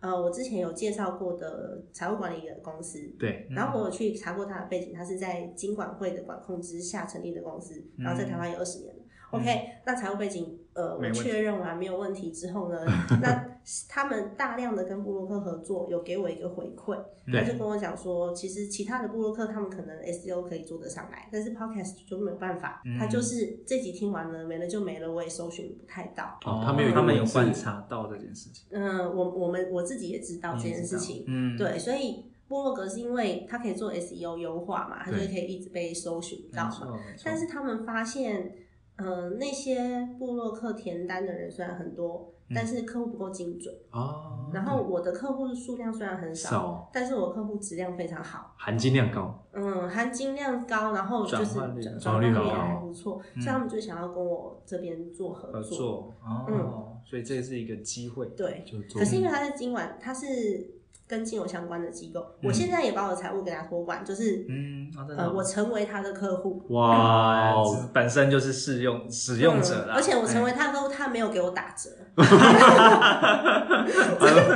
Speaker 3: 呃，我之前有介绍过的财务管理的公司，
Speaker 2: 对，
Speaker 1: 嗯
Speaker 3: 然后我有去查过它的背景，它是在金管会的管控之下成立的公司，然后在台湾有二十年了。OK，那财务背景，呃，
Speaker 1: 嗯没
Speaker 3: 我
Speaker 1: 问题
Speaker 3: 确认完没有问题之 后呢，那他们大量的跟布洛克合作，有给我一个回馈，
Speaker 1: 嗯
Speaker 3: 他
Speaker 2: 对
Speaker 3: 就跟我讲说，其实其他的布洛克他们可能 SEO 可以做得上来，但是 Podcast 就没有办法，
Speaker 1: 嗯
Speaker 3: 他就是这集听完了没了就没了，我也搜寻不太到。
Speaker 2: 哦他们有一个
Speaker 1: 他们有
Speaker 2: 文字
Speaker 1: 观察到这件事情，
Speaker 3: 嗯，我我们我自己也知道这
Speaker 1: 你也
Speaker 3: 件
Speaker 1: 知
Speaker 3: 事
Speaker 1: 道
Speaker 3: 情，
Speaker 1: 嗯，
Speaker 3: 对，所以部落格是因为它可以做 SEO 优化嘛，它就
Speaker 2: 对
Speaker 3: 可以一直被搜寻
Speaker 1: 没
Speaker 3: 到
Speaker 1: 错，
Speaker 3: 嘛。
Speaker 1: 没错
Speaker 3: 但是他们发现，呃，那些部落客填单的人虽然很多，
Speaker 1: 嗯
Speaker 3: 但是客户不够精准。
Speaker 2: 哦，
Speaker 3: 然后我的客户数量虽然很少，
Speaker 2: 少
Speaker 3: 但是我客户质量非常好，
Speaker 2: 含金量 高，
Speaker 3: 嗯，含金量高，然后就是
Speaker 1: 转换率哦嗯
Speaker 3: 转
Speaker 2: 转
Speaker 3: 转
Speaker 2: 换率
Speaker 3: 也
Speaker 2: 好
Speaker 3: 还不错，所以他们就想要跟我这边做合
Speaker 1: 合作哦，所以这是一个机会，
Speaker 3: 嗯对，
Speaker 2: 就做
Speaker 3: 可是因为他在今晚，他是跟金融相关的机构。我现在也把我的财务给他托管，就是
Speaker 1: 嗯，啊真的
Speaker 3: 呃，
Speaker 1: 哦
Speaker 3: 我成为他的客户。
Speaker 2: 哇哦，
Speaker 1: 本身就是试用使用者啦，
Speaker 3: 嗯而且我成为
Speaker 1: 哎，
Speaker 3: 他的客户，他没有给我 打折，真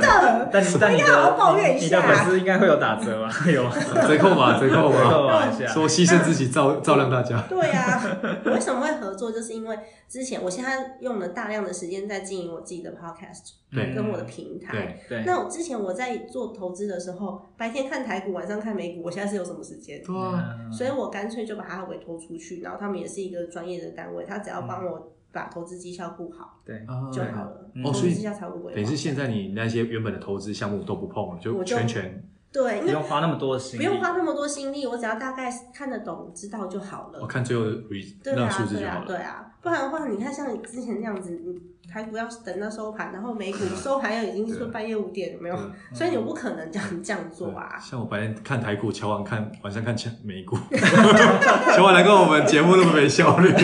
Speaker 3: 的。
Speaker 1: 但你但你
Speaker 3: 应哎该好
Speaker 1: 的
Speaker 3: 好抱怨一
Speaker 1: 你的
Speaker 3: 下
Speaker 1: 粉丝应该会有打折吧？ 有吗？
Speaker 2: 折扣 码，折扣
Speaker 1: 我
Speaker 2: 码，
Speaker 1: 玩一下，
Speaker 2: 说牺牲自己照照亮大家。
Speaker 3: 对啊，我为什么会合作？就是因为之前我现在用了大量的时间在经营我自己的 podcast
Speaker 2: 对
Speaker 3: 跟我的平台。
Speaker 2: 对，
Speaker 1: 嗯对，
Speaker 3: 那我之前我在做投资的时候，白天看台股，晚上看美股，我现在是有什么时间？
Speaker 2: 对啊，
Speaker 1: 嗯
Speaker 3: 所以我干脆就把它委托出去，然后他们也是一个专业的单位，他只要
Speaker 2: 嗯
Speaker 3: 帮我把投资绩效顾好
Speaker 1: 对，
Speaker 2: 啊
Speaker 3: 就好了。
Speaker 1: 嗯
Speaker 3: 投
Speaker 2: 哦，
Speaker 3: 资
Speaker 2: 所
Speaker 3: 绩
Speaker 2: 以
Speaker 3: 效财务
Speaker 2: 等
Speaker 3: 规
Speaker 2: 于
Speaker 3: 划
Speaker 2: 是，现在你那些原本的投资项目都不碰了，就
Speaker 3: 我就
Speaker 2: 全权
Speaker 3: 对，因
Speaker 1: 不
Speaker 3: 为
Speaker 1: 用花那么多的心
Speaker 3: 不
Speaker 1: 力，
Speaker 3: 用花那么多心力，我只要大概看得懂、知道就好了。
Speaker 2: 我哦看最后的 re
Speaker 3: 呃对
Speaker 2: 那
Speaker 3: 啊
Speaker 2: 个数，字
Speaker 3: 对
Speaker 2: 就
Speaker 3: 啊
Speaker 2: 好，
Speaker 3: 对
Speaker 2: 了。
Speaker 3: 啊，不然的话，你看像你之前那样子，你台股要等到收盘，然后美股收盘又已经是
Speaker 2: 啊对啊
Speaker 3: 半夜五点，有没有？所以你不可能这样这样做啊。
Speaker 2: 像我白天看台股，乔完看晚上看美股， 乔完来跟我们节目那么没效率，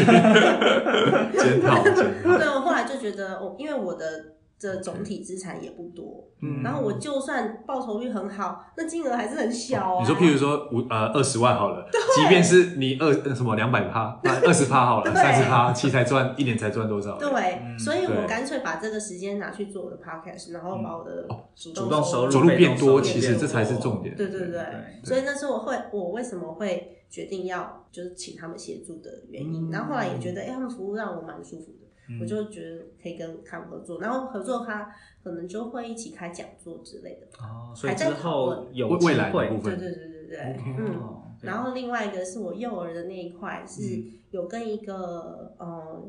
Speaker 2: 检讨检讨。
Speaker 3: 对，我后来就觉得，哦我因为我的这总体资产也不多，
Speaker 2: 嗯
Speaker 3: 然后我就算报酬率很好，那金额还是很小啊。
Speaker 2: 你说，譬如说五呃二十万好了，即便是你二呃什么两百趴， 二十趴好了，
Speaker 3: 对
Speaker 2: 三十趴，其实才赚一年才赚多少？
Speaker 3: 对，
Speaker 1: 嗯
Speaker 3: 所以我
Speaker 2: 对嗯
Speaker 3: 干脆把这个时间拿去做我的 podcast，然后把我的主
Speaker 1: 主动收入
Speaker 2: 走路变多，
Speaker 1: 被动收入
Speaker 2: 其实这才是重点。
Speaker 3: 对对对
Speaker 1: 对，
Speaker 3: 所以那是我会我为什么会决定要就是请他们协助的原因。
Speaker 2: 嗯
Speaker 3: 然后后来也觉得，哎、他们服务让我蛮舒服的，
Speaker 1: 嗯
Speaker 3: 我就觉得可以跟他们合作。然后合作他可能就会一起开讲座之类的。
Speaker 1: 哦，所以
Speaker 3: 还在
Speaker 1: 之后有
Speaker 2: 未
Speaker 1: 机
Speaker 2: 未来的
Speaker 1: 会
Speaker 2: 部
Speaker 3: 对
Speaker 2: 分，
Speaker 3: 对对对对，嗯。
Speaker 1: 哦对
Speaker 3: 然后另外一个是我幼儿的那一块，是
Speaker 2: 嗯
Speaker 3: 有跟一个呃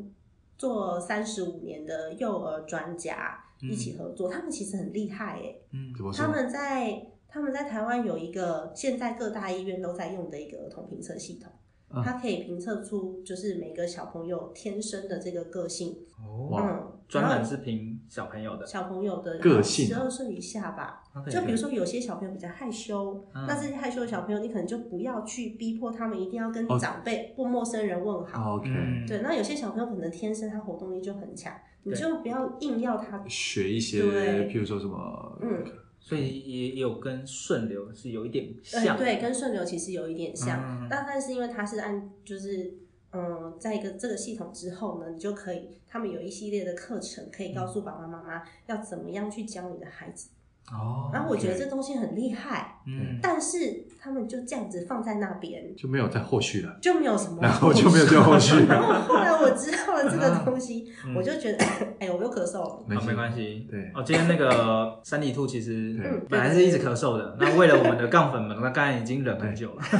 Speaker 3: 做三十五年的幼儿专家一起合作，他们其实很厉害哎、
Speaker 1: 嗯
Speaker 2: 嗯怎么说
Speaker 3: 他？们在他们在台湾有一个现在各大医院都在用的一个儿童评测系统，
Speaker 2: 啊
Speaker 3: 它可以评测出就是每个小朋友天生的这个个性，
Speaker 1: 哦，
Speaker 2: 哇
Speaker 3: 嗯，
Speaker 1: 专
Speaker 3: 然
Speaker 1: 门
Speaker 3: 后
Speaker 1: 是评小朋友的，
Speaker 3: 小朋友的
Speaker 2: 个性啊
Speaker 3: 十二岁以下吧。
Speaker 1: 它可以
Speaker 3: 嗯就比如说有些小朋友比较害羞，
Speaker 1: 嗯
Speaker 3: 那这些害羞的小朋友，你可能就不要去逼迫他们一定要跟长辈或陌生人问好。
Speaker 2: 啊 OK，
Speaker 1: 哦嗯
Speaker 3: 对，那有些小朋友可能天生他活动力就很强，你
Speaker 1: 对
Speaker 3: 就不要硬要他。
Speaker 2: 学一些，
Speaker 3: 对
Speaker 2: 譬如说什么，
Speaker 3: 嗯，
Speaker 1: 所以也也有跟顺流是有一点
Speaker 3: 呃
Speaker 1: 像，
Speaker 3: 对，跟顺流其实有一点像。
Speaker 1: 嗯
Speaker 3: 那但是因为它是按就是嗯，在一个这个系统之后呢，你就可以，他们有一系列的课程可以告
Speaker 1: 嗯
Speaker 3: 诉爸爸妈妈要怎么样去教你的孩子。
Speaker 1: 哦
Speaker 3: 然后我觉得这东西很厉害，
Speaker 1: 嗯，
Speaker 3: 但是他们就这样子放在那边，
Speaker 2: 就没有在后续了，
Speaker 3: 就没有什么。
Speaker 2: 然后就没有在后续
Speaker 3: 然
Speaker 2: 了。
Speaker 3: 后后来我知道了这个东西，
Speaker 1: 嗯
Speaker 3: 我就觉得， 哎，我又咳嗽 了。
Speaker 1: 好没关系，
Speaker 2: 对
Speaker 1: 哦，今天那个三里兔其实
Speaker 2: 对
Speaker 3: 嗯
Speaker 1: 本来是一直咳嗽的，那为了我们的杠粉们，那刚才已经忍很久了。
Speaker 2: 对，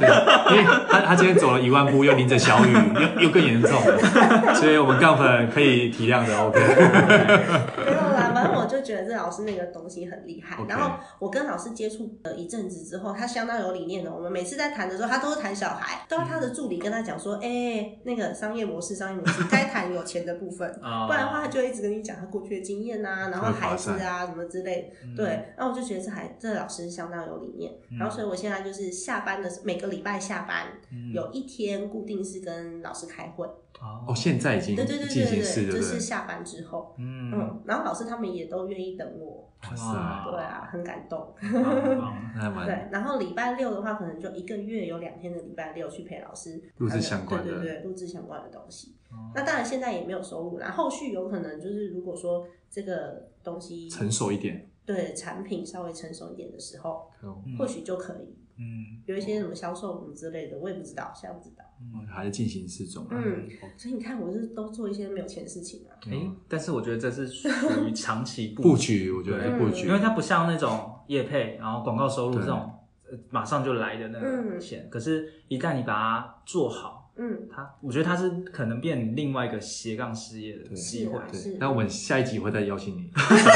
Speaker 2: 因为他他今天走了一万步，又淋着小雨，又又更严重了，所以我们杠粉可以体谅的，OK。
Speaker 3: 没有啦，反正我就觉得这老师那个东西很厉
Speaker 2: OK
Speaker 3: 害。然后我跟老师接触了一阵子之后，他相当有理念的。我们每次在谈的时候，他都是谈小孩，都要他的助理跟他讲说：“哎、那个商业模式，商业模式该谈有钱的 部分，
Speaker 1: 啊
Speaker 3: 不然的话他就一直跟你讲他过去的经验
Speaker 2: 哦
Speaker 3: 啊，然后孩子
Speaker 2: 会
Speaker 3: 啊什么之类的。”
Speaker 2: 嗯
Speaker 3: 对，
Speaker 1: 嗯
Speaker 3: 然后我就觉得这孩这老师相当有理念。然后所以我现在就是下班的时每个礼拜下班、
Speaker 1: 嗯
Speaker 2: 嗯
Speaker 3: 有一天固定是跟老师开会，
Speaker 2: 哦，
Speaker 1: 哦，
Speaker 2: 现在已经
Speaker 3: 对对对
Speaker 2: 进
Speaker 3: 对
Speaker 2: 行式，
Speaker 3: 对，
Speaker 2: 对
Speaker 3: 就
Speaker 2: 不对
Speaker 3: 是？下班之后。
Speaker 1: 嗯，
Speaker 3: 嗯，然后老师他们也都愿意等我，
Speaker 2: 哇塞，
Speaker 3: 对啊，很感动。
Speaker 1: 棒 棒
Speaker 2: 那还蛮
Speaker 3: 对，然后礼拜六的话，可能就一个月有两天的礼拜六去陪老师
Speaker 2: 录制
Speaker 3: 他的
Speaker 2: 相关的哦
Speaker 3: 对对对，录制相关的东西。那当然现在也没有收入啦，然后续有可能就是如果说这个东西
Speaker 2: 成熟一点，
Speaker 3: 对产品稍微成熟一点的时候，
Speaker 2: 哦
Speaker 3: 或许就可以
Speaker 1: 嗯，
Speaker 3: 有一些什么销售什么之类的，我也不知道，现在不知道。
Speaker 2: 还在进行式中。啊
Speaker 3: 嗯，所以你看，我是都做一些没有钱的事情啊。
Speaker 1: 哎，但是我觉得这是属于长期
Speaker 2: 布
Speaker 1: 布局，
Speaker 2: 局我觉得
Speaker 3: 嗯
Speaker 2: 布局
Speaker 1: 因为它不像那种业配，然后广告收入这种呃马上就来的那个
Speaker 3: 嗯
Speaker 1: 钱，可是，一旦你把它做好，
Speaker 3: 嗯，
Speaker 1: 它我觉得它是可能变你另外一个斜杠事业的
Speaker 2: 对
Speaker 1: 机会。
Speaker 2: 对
Speaker 3: 是，
Speaker 2: 那我们下一集会再邀请你。
Speaker 1: 等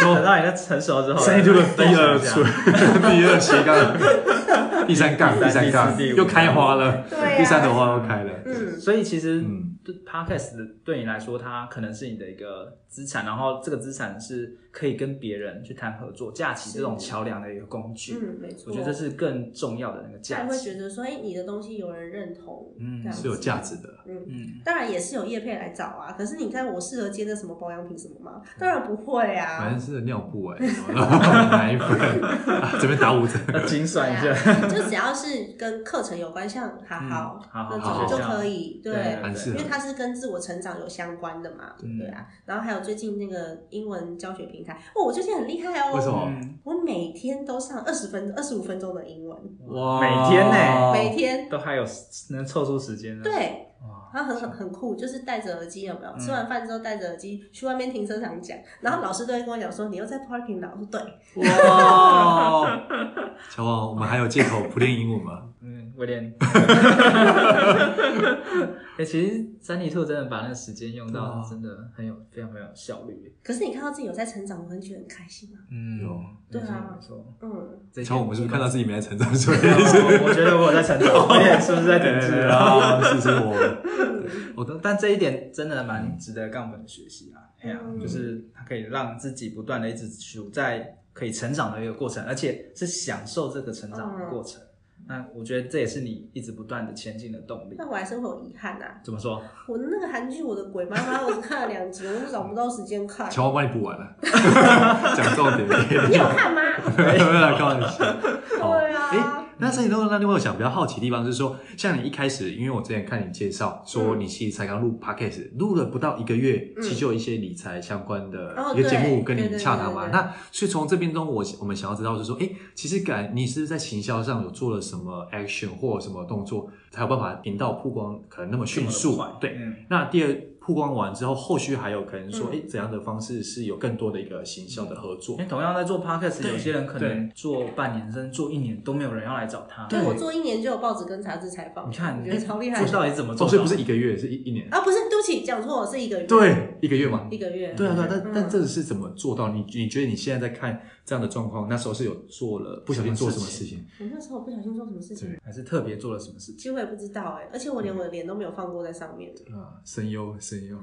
Speaker 1: 等到你在成熟之后，
Speaker 2: 三度的第二
Speaker 1: 分享一下
Speaker 2: 春，第二斜 杠，第三杠，第
Speaker 1: 第三
Speaker 2: 三杠
Speaker 1: 第四第五
Speaker 2: 又开花了，
Speaker 3: 对啊
Speaker 2: 第三朵花又开了。
Speaker 3: 嗯，
Speaker 1: 所以其实
Speaker 2: 嗯
Speaker 1: 对 podcast 的对你来说，它可能是你的一个资产，然后这个资产是可以跟别人去谈合作、架起这种
Speaker 3: 是
Speaker 1: 桥梁的一个工具。
Speaker 3: 嗯，没错。
Speaker 1: 我觉得这是更重要的那个
Speaker 3: 他
Speaker 1: 价
Speaker 3: 也会觉
Speaker 1: 值。
Speaker 3: 得说，哎、你的东西有人认同，
Speaker 1: 嗯
Speaker 3: 这样
Speaker 2: 是有
Speaker 3: 子
Speaker 2: 价值的。
Speaker 3: 嗯，
Speaker 1: 嗯，
Speaker 3: 当然也是有业配来找啊，可是你看我适合接那什么保养品什么吗？
Speaker 1: 嗯
Speaker 3: 当然不会
Speaker 2: 反正
Speaker 3: 啊，
Speaker 2: 是尿布哎、欸， 奶粉，啊这边打五折。
Speaker 1: 要精算一下。
Speaker 3: 啊就只要是跟课程有关，像好好
Speaker 1: 嗯好好
Speaker 3: 那
Speaker 2: 好
Speaker 3: 种就
Speaker 1: 好
Speaker 3: 可以，对，
Speaker 2: 还是
Speaker 3: 因为它是跟自我成长有相关的嘛，
Speaker 1: 啊嗯
Speaker 3: 对啊。然后还有最近那个英文教学平台，哦，我最近很厉害哦，
Speaker 2: 为什么
Speaker 1: 嗯，
Speaker 3: 我每天都上二十分、二十五分钟的英文，
Speaker 2: 哇
Speaker 1: 每天呢
Speaker 3: 每天
Speaker 1: 都还有能凑出时间的。
Speaker 3: 对。
Speaker 1: 哇，
Speaker 3: 然后很很很酷，就是戴着耳机有没有？
Speaker 1: 嗯
Speaker 3: 吃完饭之后戴着耳机去外面停车场讲，然后老师都会跟我讲说你又在 parking 了，我说对，
Speaker 2: 哇！乔王，我们还有借口不练英文吗？
Speaker 1: 嗯，威廉。 哎，其实三里兔真的把那个时间用
Speaker 2: 对
Speaker 1: 到
Speaker 2: 啊
Speaker 1: 真的很有非常非常有效率。
Speaker 3: 可是你看到自己有在成长，我会觉得很开心啊。
Speaker 1: 嗯
Speaker 2: 有
Speaker 1: 没
Speaker 3: 对
Speaker 1: 错
Speaker 3: 啊
Speaker 1: 没错。
Speaker 3: 嗯，
Speaker 1: 这一
Speaker 2: 乔
Speaker 1: 天
Speaker 2: 王，我们是不是看到自己没在成长，所以
Speaker 1: 我我觉得我在成长，我也是不是在停滞
Speaker 2: 对
Speaker 1: 啊？
Speaker 2: 啊，是是我，
Speaker 1: 我都，但这一点真的
Speaker 2: 嗯
Speaker 1: 蛮值得杠粉学习啊。哎呀、
Speaker 3: 嗯
Speaker 1: 就是它可以让自己不断的一直处在可以成长的一个过程，而且是享受这个成长的过程。
Speaker 2: 嗯
Speaker 1: 那我觉得这也是你一直不断的前进的动力
Speaker 3: 但。我还是会有遗憾啊。
Speaker 1: 怎么说？
Speaker 3: 我那个韩剧《我的鬼妈妈》，我只看了两集，我都找不到时间看。
Speaker 2: 乔王帮你补完了， 讲重点。
Speaker 3: 你有看吗？
Speaker 2: 没有啦，开玩 笑。好
Speaker 3: 对啊，
Speaker 2: 那所以那那另外我想比较好奇的地方是说，像你一开始，因为我之前看你介绍说
Speaker 3: 嗯
Speaker 2: 你其实才刚录 podcast，录了不到一个月，
Speaker 3: 嗯
Speaker 2: 其实就有一些理财相关的
Speaker 3: 哦
Speaker 2: 一个
Speaker 3: 对
Speaker 2: 节目跟
Speaker 3: 对
Speaker 2: 你
Speaker 3: 对
Speaker 2: 洽
Speaker 3: 对
Speaker 2: 谈
Speaker 3: 对
Speaker 2: 嘛。
Speaker 3: 对
Speaker 2: 那所以从这边中，我我们想要知道是说，哎，其实感你是不是在行销上有做了什么 action 或什么动作，才有办法频道曝光可能那么迅
Speaker 1: 这
Speaker 2: 速
Speaker 1: 么快？
Speaker 2: 对。
Speaker 1: 嗯，
Speaker 2: 那第二曝光完之后，后续还有可能说，
Speaker 3: 嗯
Speaker 2: 哎、怎样的方式是有更多的一个行销的合作
Speaker 1: 因为？同样在做 podcast，
Speaker 2: 对
Speaker 1: 有些人可能做半年甚至做一年都没有人要来找他。
Speaker 3: 对我做一年就有报纸跟杂志采访，
Speaker 1: 你看，
Speaker 3: 我觉得超厉害
Speaker 1: 这。到底怎么
Speaker 2: 哦，
Speaker 1: 做到？
Speaker 2: 所以不是一个月，是一一年。
Speaker 3: 啊，不是，对不起，讲错，了，是一个月，，
Speaker 2: 对，一个月嘛。
Speaker 3: 一个月，
Speaker 2: 对啊，对啊，
Speaker 3: 嗯
Speaker 2: 但但这个是怎么做到？你你觉得你现在在看这样的状况，那时候是有做了不小心做什么事情？
Speaker 3: 我那时候不小心做什么事情
Speaker 2: 对，
Speaker 1: 还是特别做了什么事
Speaker 3: 其
Speaker 1: 情？
Speaker 3: 实我也不知道哎，而且
Speaker 1: 嗯
Speaker 3: 我连我的脸都没有放过在上面。
Speaker 2: 啊，声优，声优，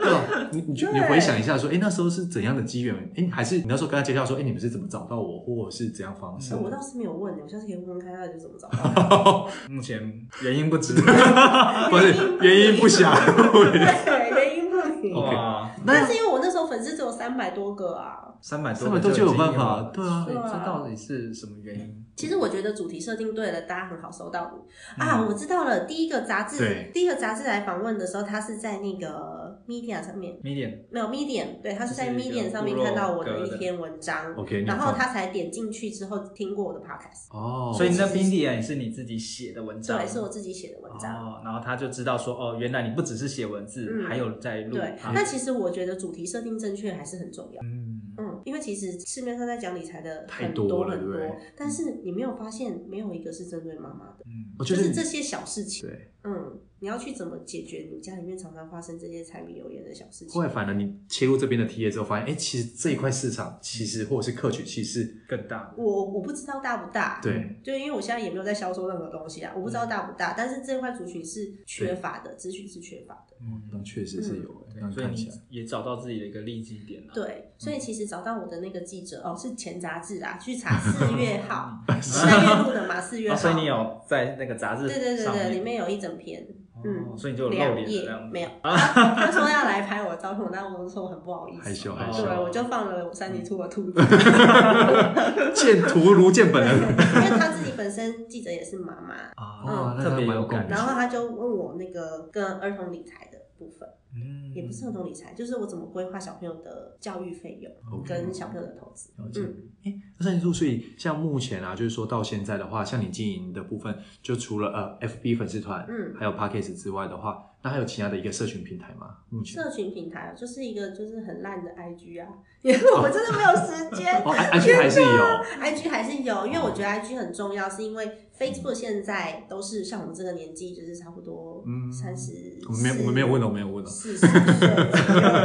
Speaker 2: 对吧？你你觉你
Speaker 3: 对
Speaker 2: 回想一下，说，哎，那时候是怎样的机缘？哎，还是你那时候跟他介绍说，哎，你们是怎么找到我，或者是怎样方式
Speaker 3: 哎？我倒是没有问，我下次可以问问看到底是怎么找 到的。
Speaker 1: 目前原因不知。
Speaker 2: 不是原因不 哦详。
Speaker 3: 对，原因不明。
Speaker 2: OK
Speaker 1: 哇，
Speaker 3: 但是因为我那时候粉丝只有三百多个啊，
Speaker 1: 三百多
Speaker 2: 300
Speaker 1: 个
Speaker 2: 多就有
Speaker 1: 已经
Speaker 2: 办法
Speaker 1: 了
Speaker 2: 对啊嗯
Speaker 1: 所以
Speaker 3: 对
Speaker 1: 这
Speaker 3: 啊
Speaker 1: 到底是什么原因？
Speaker 3: 其实我觉得主题设定对了，大家很好收到你啊！我知道了，第一个杂
Speaker 2: 嗯对
Speaker 3: 志，第一个杂志来访问的时候，他是在那个 Media 上面，
Speaker 1: Medium
Speaker 3: 没有 Medium，对，他是在
Speaker 1: 就是一个
Speaker 3: Medium 上面
Speaker 1: 部落
Speaker 3: 看到我的
Speaker 1: 格
Speaker 3: 一
Speaker 1: 的
Speaker 3: 篇文章
Speaker 2: OK，你
Speaker 3: 然
Speaker 2: 看
Speaker 3: 后他才点进去之后听过我的 podcast，
Speaker 2: 哦，
Speaker 1: 所以那 Medium 也是你自己写的文章，
Speaker 3: 对，是我自己写的文章。
Speaker 1: 哦，然后他就知道说，哦，原来你不只是写文字，
Speaker 3: 嗯
Speaker 1: 还有在录。
Speaker 3: 对，
Speaker 1: 啊
Speaker 3: 那其实我觉得主题设定正确还是很重要。
Speaker 1: 嗯，
Speaker 3: 嗯，因为其实市面上在讲理财的
Speaker 2: 太
Speaker 3: 很
Speaker 2: 多了
Speaker 3: 很
Speaker 2: 对不
Speaker 3: 多
Speaker 2: 对，
Speaker 3: 但是你没有发现没有一个是针对妈妈的，
Speaker 1: 嗯
Speaker 2: 我觉得
Speaker 3: 就是
Speaker 2: 你
Speaker 3: 这些小事情。
Speaker 2: 对，
Speaker 3: 嗯，你要去怎么解决你家里面常常发生这些柴米油盐的小事
Speaker 2: 后
Speaker 3: 情
Speaker 2: 来？反而你切入这边的 TA 之后，发现，哎，其实这一块市场其实或者是客群其实
Speaker 1: 更大。
Speaker 3: 我我不知道大不大，
Speaker 2: 对。
Speaker 3: 对，因为我现在也没有在销售任何东西啊，我不知道大不大，但是这块族群是缺乏的，资讯是缺乏的，
Speaker 2: 那确实是有诶、
Speaker 1: 对
Speaker 2: 那
Speaker 1: 所以
Speaker 2: 嗯看起
Speaker 1: 你
Speaker 2: 来，
Speaker 1: 也找到自己的一个利基点了、，
Speaker 3: 对，所以其实找到我的那个记者哦，是前杂志啊，去查四月号 三月录的嘛，四月
Speaker 1: 哦，
Speaker 3: 号，
Speaker 1: 所以你有在那个杂志
Speaker 3: 对对对
Speaker 1: 上
Speaker 3: 对，里面有一整篇，嗯
Speaker 1: 哦，所以你就有露
Speaker 3: 两
Speaker 1: 脸
Speaker 3: 页
Speaker 1: 这样子。
Speaker 3: 没有，他他说要来拍我的照片，但我说我很不好意思，
Speaker 2: 害羞
Speaker 1: 害羞
Speaker 3: 对，我就放了我三里兔的兔子。
Speaker 2: 见图如见本人。
Speaker 3: 因为他自己本身记者也是妈妈，哦
Speaker 1: 啊，
Speaker 2: 嗯
Speaker 1: 特别有感觉。
Speaker 3: 然后他就问我那个跟儿童理财的部分，
Speaker 1: 嗯
Speaker 3: 也不是儿童理财，就是我怎么规划小朋友的教育费用
Speaker 2: OK
Speaker 3: 跟小朋友的投资。
Speaker 2: 了解。哎、那三你说，所以像目前啊，就是说到现在的话，像你经营的部分，就除了呃 FB 粉丝团，
Speaker 3: 嗯
Speaker 2: 还有 Podcast 之外的话，那还有其他的一个社群平台吗？目前
Speaker 3: 社群平台啊就是一个就是很烂的 IG 啊，因为我真的没有时间。
Speaker 2: 哦，I G 还是有
Speaker 3: IG 还是有，因
Speaker 2: 嗯
Speaker 3: 为我觉得 IG 很重要，是因为 Facebook 现在都是像我们这个年纪，就是差不多
Speaker 2: 嗯
Speaker 3: 三十，
Speaker 2: 我们没有，我们没有问了，我没有问了。
Speaker 3: 四十岁左右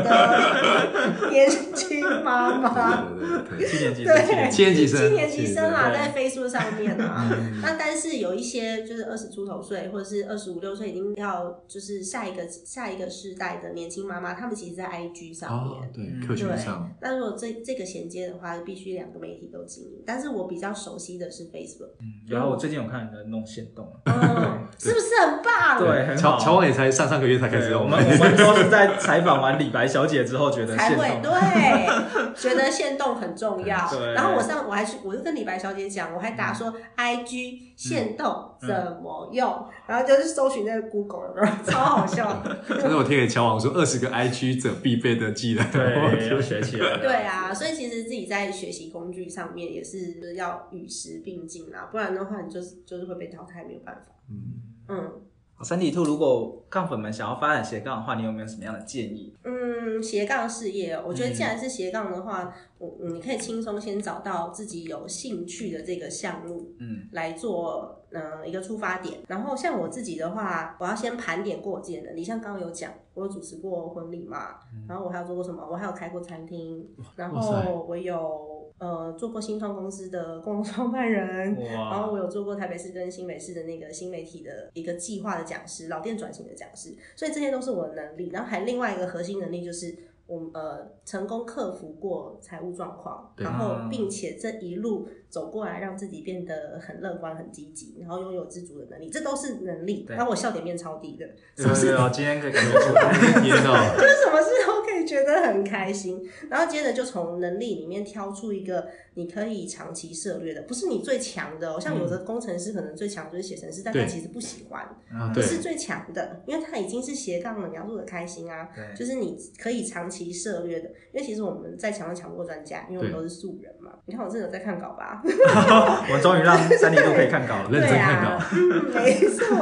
Speaker 3: 的年轻妈妈。
Speaker 2: 对对对
Speaker 1: 七年级生，七
Speaker 3: 对，
Speaker 1: 年级
Speaker 2: 七年级生
Speaker 3: 七年级生啊，
Speaker 1: 对
Speaker 3: 在飞书上面啊。
Speaker 2: 嗯
Speaker 3: 那但是有一些就是二十出头岁，或者是二十五六岁，已经要就是下一个下一个世代的年轻妈妈，她们其实在 IG 上
Speaker 2: 哦
Speaker 3: 面。，
Speaker 2: 对，
Speaker 1: 嗯
Speaker 2: 客群
Speaker 3: 对
Speaker 2: 上，
Speaker 3: 那如果这这个衔接的话，必须两个媒体都经营。但是我比较熟悉的是 Facebook，
Speaker 1: 嗯然后我最近有看你的弄线动，
Speaker 3: 嗯，是不是很棒？
Speaker 1: 对，很
Speaker 2: 乔
Speaker 1: 好。
Speaker 2: 乔王也才上上个月才开始
Speaker 1: 对，
Speaker 2: 哦用
Speaker 1: 我们 我们都是在采访完李白小姐之后，觉得
Speaker 3: 才
Speaker 1: 线
Speaker 3: 会
Speaker 1: 动
Speaker 3: 对，觉得限动很重要
Speaker 1: 对。
Speaker 3: 然后我上我还去，我就跟李白小姐讲，我还打说 I G 限动怎么用，然后就是搜寻那个 Google，有没有超好笑。
Speaker 2: 上次我贴给乔王说，二十个 IG 者必备的技能，
Speaker 1: 对，哎要学起来。
Speaker 3: 对，啊，所以其实自己在学习工具上面也是要与时并进啦，不然的话你就是就是会被淘汰，没有办法。
Speaker 2: 嗯，
Speaker 3: 嗯
Speaker 1: 三体兔，如果杠粉们想要发展斜杠的话，你有没有什么样的建议？
Speaker 3: 嗯，斜杠事业哦，我觉得
Speaker 1: 嗯
Speaker 3: 既然是斜杠的话，我你可以轻松先找到自己有兴趣的这个项目，
Speaker 1: 嗯
Speaker 3: 来做呃一个出发点。然后像我自己的话，我要先盘点过我自己的能力，像刚刚有讲，我有主持过婚礼嘛，然后我还有做过什么？我还有开过餐厅，然
Speaker 2: 嗯哇塞
Speaker 3: 后我有呃做过新创公司的共同创办人。然后
Speaker 1: 哇，
Speaker 3: 哦我有做过台北市跟新北市的那个新媒体的一个计划的讲师，老店转型的讲师，所以这些都是我的能力。然后还另外一个核心能力就是我们呃成功克服过财务状况，
Speaker 2: 对
Speaker 3: 然后
Speaker 1: 嗯
Speaker 3: 并且这一路走过来，让自己变得很乐观、很积极，然后拥有自主的能力，这都是能力。
Speaker 1: 对
Speaker 3: 然后我笑点变超低的，
Speaker 1: 对对 对，今天可以感觉出来。
Speaker 2: 天哦，
Speaker 3: 就是什么事都可以觉得很开心，然后接着就从能力里面挑出一个你可以长期涉略的，不是你最强的、哦，像有的工程师可能最强就是写程式，但他
Speaker 2: 对
Speaker 3: 其实不喜欢，
Speaker 1: 嗯
Speaker 3: 不
Speaker 2: 对
Speaker 3: 是最强的，因为他已经是斜杠了，你要做的开心啊，
Speaker 1: 对
Speaker 3: 就是你可以长期涉略的，因为其实我们在强都强不过专家，因为我们
Speaker 2: 对
Speaker 3: 都是素人嘛。你看我真的有在看稿吧？
Speaker 1: 我终于让三体兔可以看稿了。
Speaker 2: 认
Speaker 3: 对
Speaker 2: 真看稿
Speaker 3: 啊，嗯，没错。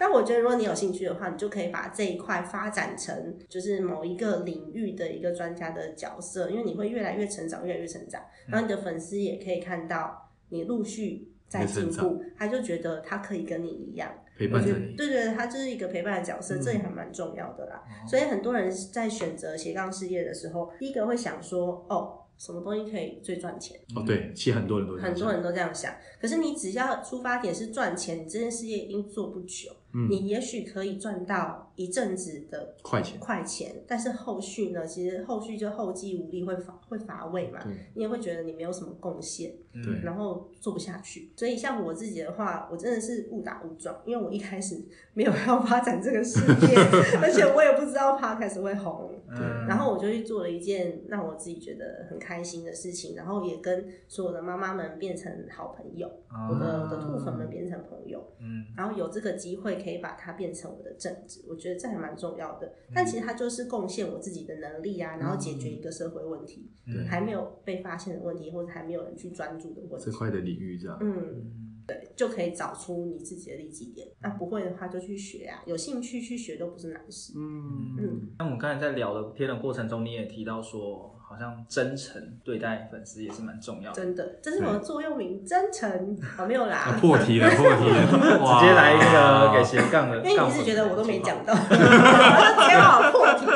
Speaker 3: 那我觉得，如果你有兴趣的话，你就可以把这一块发展成就是某一个领域的一个专家的角色，因为你会越来越成长，越来越成长，
Speaker 2: 嗯
Speaker 3: 然后你的粉丝也可以看到你陆续在进
Speaker 2: 越成
Speaker 3: 步，他就觉得他可以跟你一样。
Speaker 2: 陪
Speaker 3: 我
Speaker 2: 伴
Speaker 3: 觉
Speaker 2: 着
Speaker 3: 得
Speaker 2: 你，嗯
Speaker 3: 对对，他就是一个陪伴的角色，这也还蛮重要的啦。
Speaker 2: 哦
Speaker 3: 所以很多人在选择斜杠事业的时候，第一个会想说，哦，什么东西可以最赚钱？
Speaker 2: 哦，对，其实很多人都这样
Speaker 3: 很多人都这样想，可是你只要出发点是赚钱，你这件事业一定做不久。
Speaker 2: 嗯
Speaker 3: 你也许可以赚到一阵子的
Speaker 2: 快钱，
Speaker 3: 快钱，但是后续呢？其实后续就后继无力，会乏会乏味嘛。
Speaker 2: 对，
Speaker 3: 你也会觉得你没有什么贡献，
Speaker 1: 嗯
Speaker 2: 对
Speaker 3: 然后做不下去。所以像我自己的话，我真的是误打误撞，因为我一开始没有要发展这个事业，而且我也不知道 podcast 会红。
Speaker 1: 嗯
Speaker 3: 然后我就去做了一件让我自己觉得很开心的事情，然后也跟所有的妈妈们变成好朋友，我的
Speaker 2: 嗯
Speaker 3: 我的兔粉们，变成朋友，
Speaker 1: 嗯
Speaker 3: 然后有这个机会可以把它变成我的正职，我觉得这还蛮重要的。
Speaker 2: 嗯
Speaker 3: 但其实它就是贡献我自己的能力啊，然后解决一个社会问题，
Speaker 2: 对
Speaker 1: 嗯
Speaker 3: 还没有被发现的问题，或者还没有人去专注的问
Speaker 2: 这
Speaker 3: 题。
Speaker 2: 块的领域这样，
Speaker 3: 嗯，对，就可以找出你自己的利基点。那不会的话就去学啊，有兴趣去学都不是难事。
Speaker 2: 嗯
Speaker 3: 嗯，
Speaker 1: 那我们刚才在聊的贴的过程中，你也提到说，好像真诚对待粉丝也是蛮重要的。
Speaker 3: 真的，这是我的座右铭，真诚。哦，没有啦，
Speaker 2: 啊破题了，破 题了，哇
Speaker 1: 直接来一个给斜杠的，
Speaker 3: 因为
Speaker 1: 杠
Speaker 3: 你
Speaker 1: 粉
Speaker 3: 是觉得我都没讲到， 我就直接把我破题，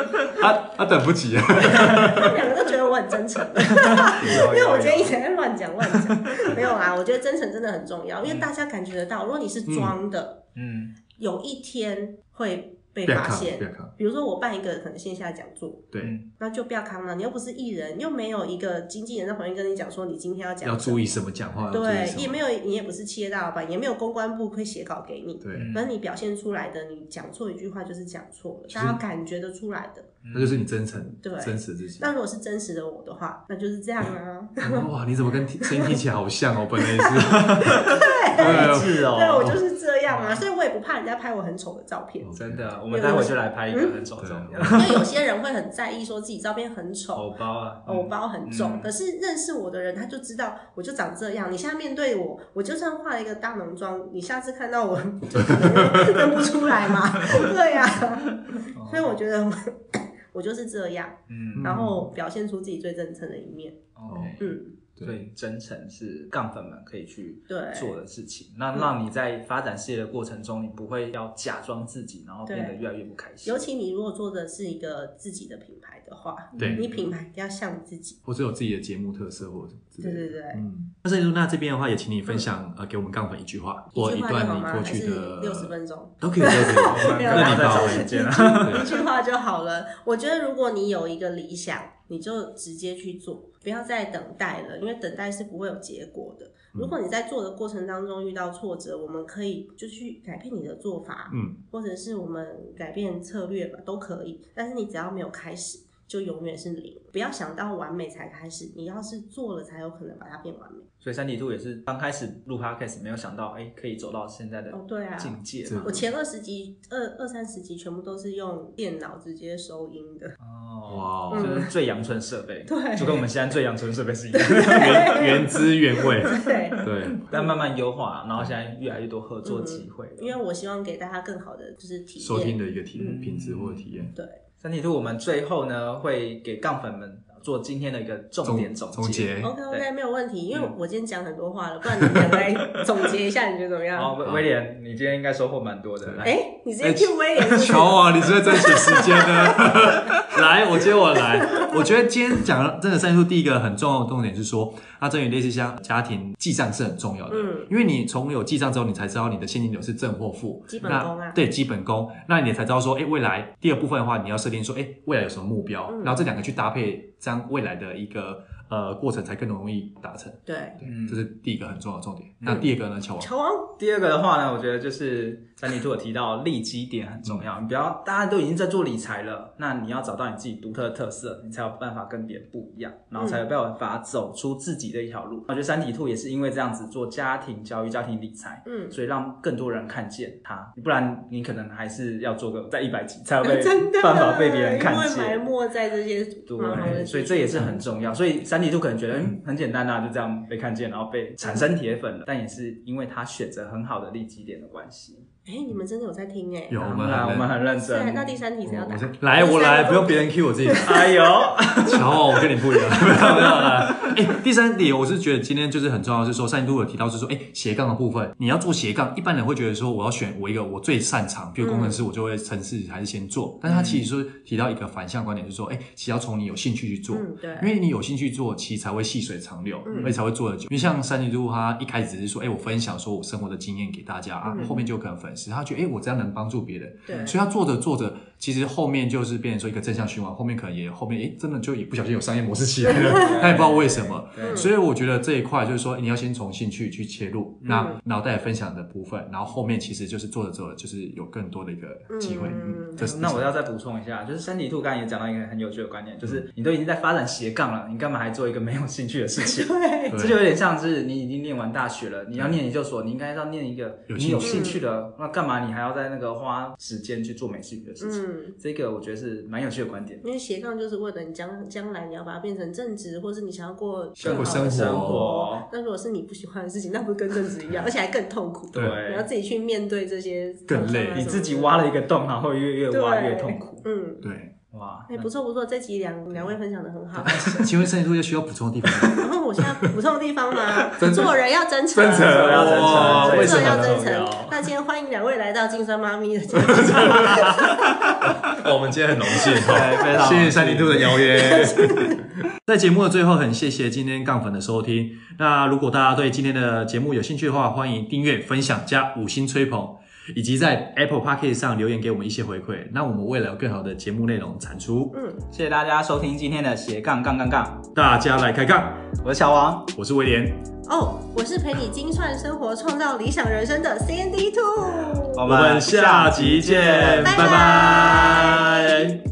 Speaker 2: 啊啊，等不及啊，
Speaker 3: 他们两个都觉得我很 真诚， 因为我
Speaker 2: 哦
Speaker 3: 觉得以前在乱讲乱 讲，没有啦，我觉得真诚真的很重
Speaker 2: 嗯
Speaker 3: 要，因为大家感觉得到，如果你是装的，
Speaker 1: 嗯，
Speaker 3: 有一天会被
Speaker 2: 不要
Speaker 3: 发
Speaker 2: 看，不要
Speaker 3: 现。
Speaker 2: 看，
Speaker 3: 比如说我办一个可能线下讲座，
Speaker 2: 对，
Speaker 1: 嗯
Speaker 3: 那就不要扛了，你又不是艺人，又没有一个经纪人在旁边跟你讲说你今天要讲，
Speaker 2: 要注意，什么讲话，要注意
Speaker 3: 对
Speaker 2: 什，么
Speaker 3: 也没有你也不是企业大老板，也没有公关部会写稿给你，
Speaker 2: 对，
Speaker 3: 可是你表现出来的，你讲错一句话就是讲错了，
Speaker 2: 其实
Speaker 3: 大家感觉得出来的。
Speaker 1: 嗯
Speaker 2: 那就是你真诚，
Speaker 3: 对
Speaker 2: 真实自己。嗯
Speaker 3: 那如果是真实的我的话，那就是这样啊。
Speaker 2: 哇，你怎 么跟听声音听起来好像哦？本来也是， 对，
Speaker 1: 是 哦，
Speaker 3: 对，我就是这样啊，所以我也不怕人家拍我很丑的照片。
Speaker 1: 真的，我们待会就来拍一个很丑的照片，
Speaker 3: 因为有些人会很在意，说自己照片很丑，
Speaker 1: 偶包啊，
Speaker 3: 偶包很重。
Speaker 1: 嗯
Speaker 3: 可是认识我的人，他就知道我就长这样。你现在面对我，我就算化了一个大浓妆，你下次看到我 就可能认不出来 嘛。对呀、所以我 觉得我就是这样，
Speaker 1: 嗯
Speaker 3: 然后表现出自己最真诚的一面。
Speaker 1: ，OK，
Speaker 3: 嗯，
Speaker 2: 对
Speaker 1: 所以真诚是杠粉们可以去
Speaker 3: 对
Speaker 1: 做的事情。那让你在发展事业的过程中，你不会要假装自己，然后变得
Speaker 3: 对
Speaker 1: 越来越不开心
Speaker 3: 尤。其你如果做的是一个自己的品牌的话，
Speaker 2: 对
Speaker 3: 你品牌一定要像自己。
Speaker 2: 或者有自己的节目特色或者之
Speaker 3: 对
Speaker 2: 类的。
Speaker 3: 对对，
Speaker 2: 嗯，那所以说，那这边的话也请你分享呃，给我们杠粉一句话，或
Speaker 3: 句话就
Speaker 2: 段
Speaker 3: 好
Speaker 2: 你
Speaker 3: 吗？
Speaker 2: 过
Speaker 3: 还
Speaker 2: 去
Speaker 3: 是
Speaker 2: 的
Speaker 3: 六十分钟。
Speaker 2: 都可以，都可以，
Speaker 3: 没有
Speaker 2: 那
Speaker 3: 啦
Speaker 2: 你发
Speaker 1: 时
Speaker 2: 挥。
Speaker 1: 间了。
Speaker 2: 啊
Speaker 3: 一句话就好了。我觉得如果你有一个理想，你就直接去做，不要再等待了，因为等待是不会有结果的。如果你在做的过程当中遇到挫折，我们可以就去改变你的做法，
Speaker 2: 嗯，
Speaker 3: 或者是我们改变策略吧，都可以。但是你只要没有开始，就永远是零。不要想到完美才开始，你要是做了，才有可能把它变完美。
Speaker 1: 所以三体兔也是刚开始录 podcast，没有想到哎、可以走到现在的
Speaker 3: 哦，对啊。
Speaker 1: 境界
Speaker 2: 这
Speaker 1: 嘛。
Speaker 3: 我前二十集、二二三十集全部都是用电脑直接收音 的，
Speaker 1: 哦，
Speaker 2: 哇，
Speaker 1: 就
Speaker 3: 嗯
Speaker 1: 是最阳春设备，
Speaker 3: 对
Speaker 1: 就跟我们现在最阳春设备是一样。
Speaker 2: 原 原汁原味，
Speaker 3: 对，
Speaker 2: 对，
Speaker 1: 但慢慢优化，然后现在越来越多合
Speaker 3: 嗯
Speaker 1: 作机会了。
Speaker 3: 因为我希望给大家更好的就是体验。
Speaker 2: 收听的一个体
Speaker 1: 嗯
Speaker 2: 品质或者体验。
Speaker 3: 对，
Speaker 1: 三体兔，我们最后呢会给杠粉们做今天的一个重点总
Speaker 2: 总结
Speaker 3: OK
Speaker 1: 对
Speaker 3: OK 没有问题，因为
Speaker 1: 嗯
Speaker 3: 我今天讲很多话了，不然你们来 总结一下，你觉得怎么
Speaker 1: 好，
Speaker 3: 样？
Speaker 1: 威威廉，你今天应该收获蛮多的。来，
Speaker 3: 哎，你直
Speaker 2: 哎
Speaker 3: 接 Q 威廉是不 是
Speaker 2: 乔王，你是在争取时间 呢？来，我接我来。我觉得今天讲的真的三叔第一个很重要的重点是说，阿珍与类似像家庭记账是很重要的，
Speaker 3: 嗯
Speaker 2: 因为你从有记账之后，你才知道你的现金流是正或负。
Speaker 3: 基本功啊
Speaker 2: 那对基本功，那你才知道说，哎，未来第二部分的话，你要设定说，哎，未来有什么目标，
Speaker 3: 嗯
Speaker 2: 然后这两个去搭配，这样未来的一个呃过程才更容易达成。
Speaker 3: 对，
Speaker 1: 嗯
Speaker 2: 这是第一个很重要的重点。
Speaker 3: 嗯
Speaker 2: 那第二个呢，乔王，
Speaker 3: 乔王
Speaker 1: 第二个的话呢，我觉得就是三体兔有提到利基点很重要，你不要大家都已经在做理财了，那你要找到你自己独特的特色，你才有办法跟别人不一样，然后才有办法走出自己的一条路。我觉得三体兔也是因为这样子做家庭教育、家庭理财，
Speaker 3: 嗯，
Speaker 1: 所以让更多人看见它，不然你可能还是要做个在一百集才会
Speaker 3: 真的
Speaker 1: 办法被别人看
Speaker 3: 因为埋
Speaker 1: 见。
Speaker 3: 没在这些茫茫
Speaker 1: 对，
Speaker 3: 嗯的，
Speaker 1: 啊所以这也是
Speaker 2: 嗯
Speaker 1: 很。重要。所以三体兔可能觉得嗯很简单啊，就这样被看见，然后
Speaker 3: 嗯
Speaker 1: 被产生铁粉了。但也是因为他选择很好的利基点的关系。
Speaker 3: 哎，你们真的有在听哎？
Speaker 2: 有我们
Speaker 1: 啊
Speaker 2: 很
Speaker 1: 我们很认
Speaker 3: 是啊，那
Speaker 1: 真。
Speaker 3: 第三题谁要
Speaker 2: 我
Speaker 3: 打
Speaker 2: 我？先来，我来，不用别人 cue 我自己来。
Speaker 1: 哎呦，
Speaker 2: 乔王，哦我跟你不一样， 没有没有啦。哎、第三点，我是觉得今天就是很重要，是说上一度有提到，是说，哎、斜杠的部分，你要做斜杠，一般人会觉得说，我要选我一个我最擅长，比如工程师，我就会程式还是先做。但是他其实说提到一个反向观点，就是说，哎、其实要从你有兴趣去做。
Speaker 3: 嗯，对，
Speaker 2: 因为你有兴趣做，其实才会细水长流，
Speaker 3: 嗯
Speaker 2: 而且才会做得久。因为像三季度，他一开始只是说，哎、我分享说我生活的经验给大家啊，
Speaker 3: 嗯
Speaker 2: 后面就有可能粉丝，他觉得，哎、我这样能帮助别人，
Speaker 3: 对，
Speaker 2: 所以他做着做着，其实后面就是变成说一个正向循环，后面可能也后面诶，真的就也不小心有商业模式起来 了，他也不知道为什么。
Speaker 3: 嗯
Speaker 1: 对
Speaker 2: 所以我觉得这一块就是说，你要先从兴趣去切入，那脑袋分享的部分，然后后面其实就是做着做着，就是有更多的一个机会。
Speaker 3: 嗯
Speaker 2: 嗯，这是
Speaker 1: 那我要再补充一下，就是三体兔刚才也讲到一个很有趣的观念，
Speaker 2: 嗯
Speaker 1: 就是你都已经在发展斜杠了，你干嘛还做一个没有兴趣的事情？
Speaker 3: 对，
Speaker 1: 这就有点像是你已经念完大学了，你要念研究所，你应该要念一个
Speaker 2: 有
Speaker 1: 你有兴
Speaker 2: 兴
Speaker 1: 趣的，那干嘛你还要在那个花时间去做没兴趣的事情？
Speaker 3: 嗯。
Speaker 1: 这个我觉得是蛮有趣的观点。
Speaker 3: 因为斜杠就是为了你将将来你要把它变成正职，或是你想要过
Speaker 2: 想
Speaker 3: 更
Speaker 2: 过
Speaker 3: 好的
Speaker 2: 生
Speaker 1: 生
Speaker 2: 活
Speaker 1: 活，
Speaker 3: 那如果是你不喜欢的事情，那不是跟正职一样，而且还更痛苦。
Speaker 2: 对
Speaker 3: 你要自己去面对这些，啊
Speaker 2: 更累
Speaker 1: 你自己挖了一个洞，然后越越挖越痛苦。
Speaker 3: 嗯，
Speaker 2: 对，
Speaker 1: 哇，
Speaker 3: 哎、不错不错，这集两两位分享的很好。
Speaker 2: 请问圣女兔有需要补充的地方吗？
Speaker 3: 然后我现在补充的地方嘛，做人要真诚，
Speaker 2: 真诚
Speaker 1: 我要真诚
Speaker 2: 哇
Speaker 1: 这
Speaker 3: 做
Speaker 1: 个
Speaker 2: 为什
Speaker 3: 人
Speaker 2: 么
Speaker 3: 要
Speaker 1: 很
Speaker 3: 真
Speaker 1: 重
Speaker 3: 诚
Speaker 1: 要。
Speaker 3: 那今天欢迎两位来到金酸妈咪的节目，
Speaker 2: 我们今天很荣幸，
Speaker 1: 非常
Speaker 2: 谢谢三零度的邀约。 在节目的最后，很谢谢今天杠粉的收听。那如果大家对今天的节目有兴趣的话，欢迎订阅、分享加五星吹捧，以及在 Apple p o c k e t 上留言给我们一些回馈。那我们未来有更好的节目内容产出，
Speaker 3: 嗯，
Speaker 1: 谢谢大家收听今天的斜杠杠杠杠，
Speaker 2: 大家来开杠。
Speaker 1: 我是小王，
Speaker 2: 我是威廉，
Speaker 3: 哦，我是陪你精算生活、创造理想人生的 CND Two。
Speaker 1: 我
Speaker 2: 我们下集见，
Speaker 3: 拜
Speaker 2: 拜拜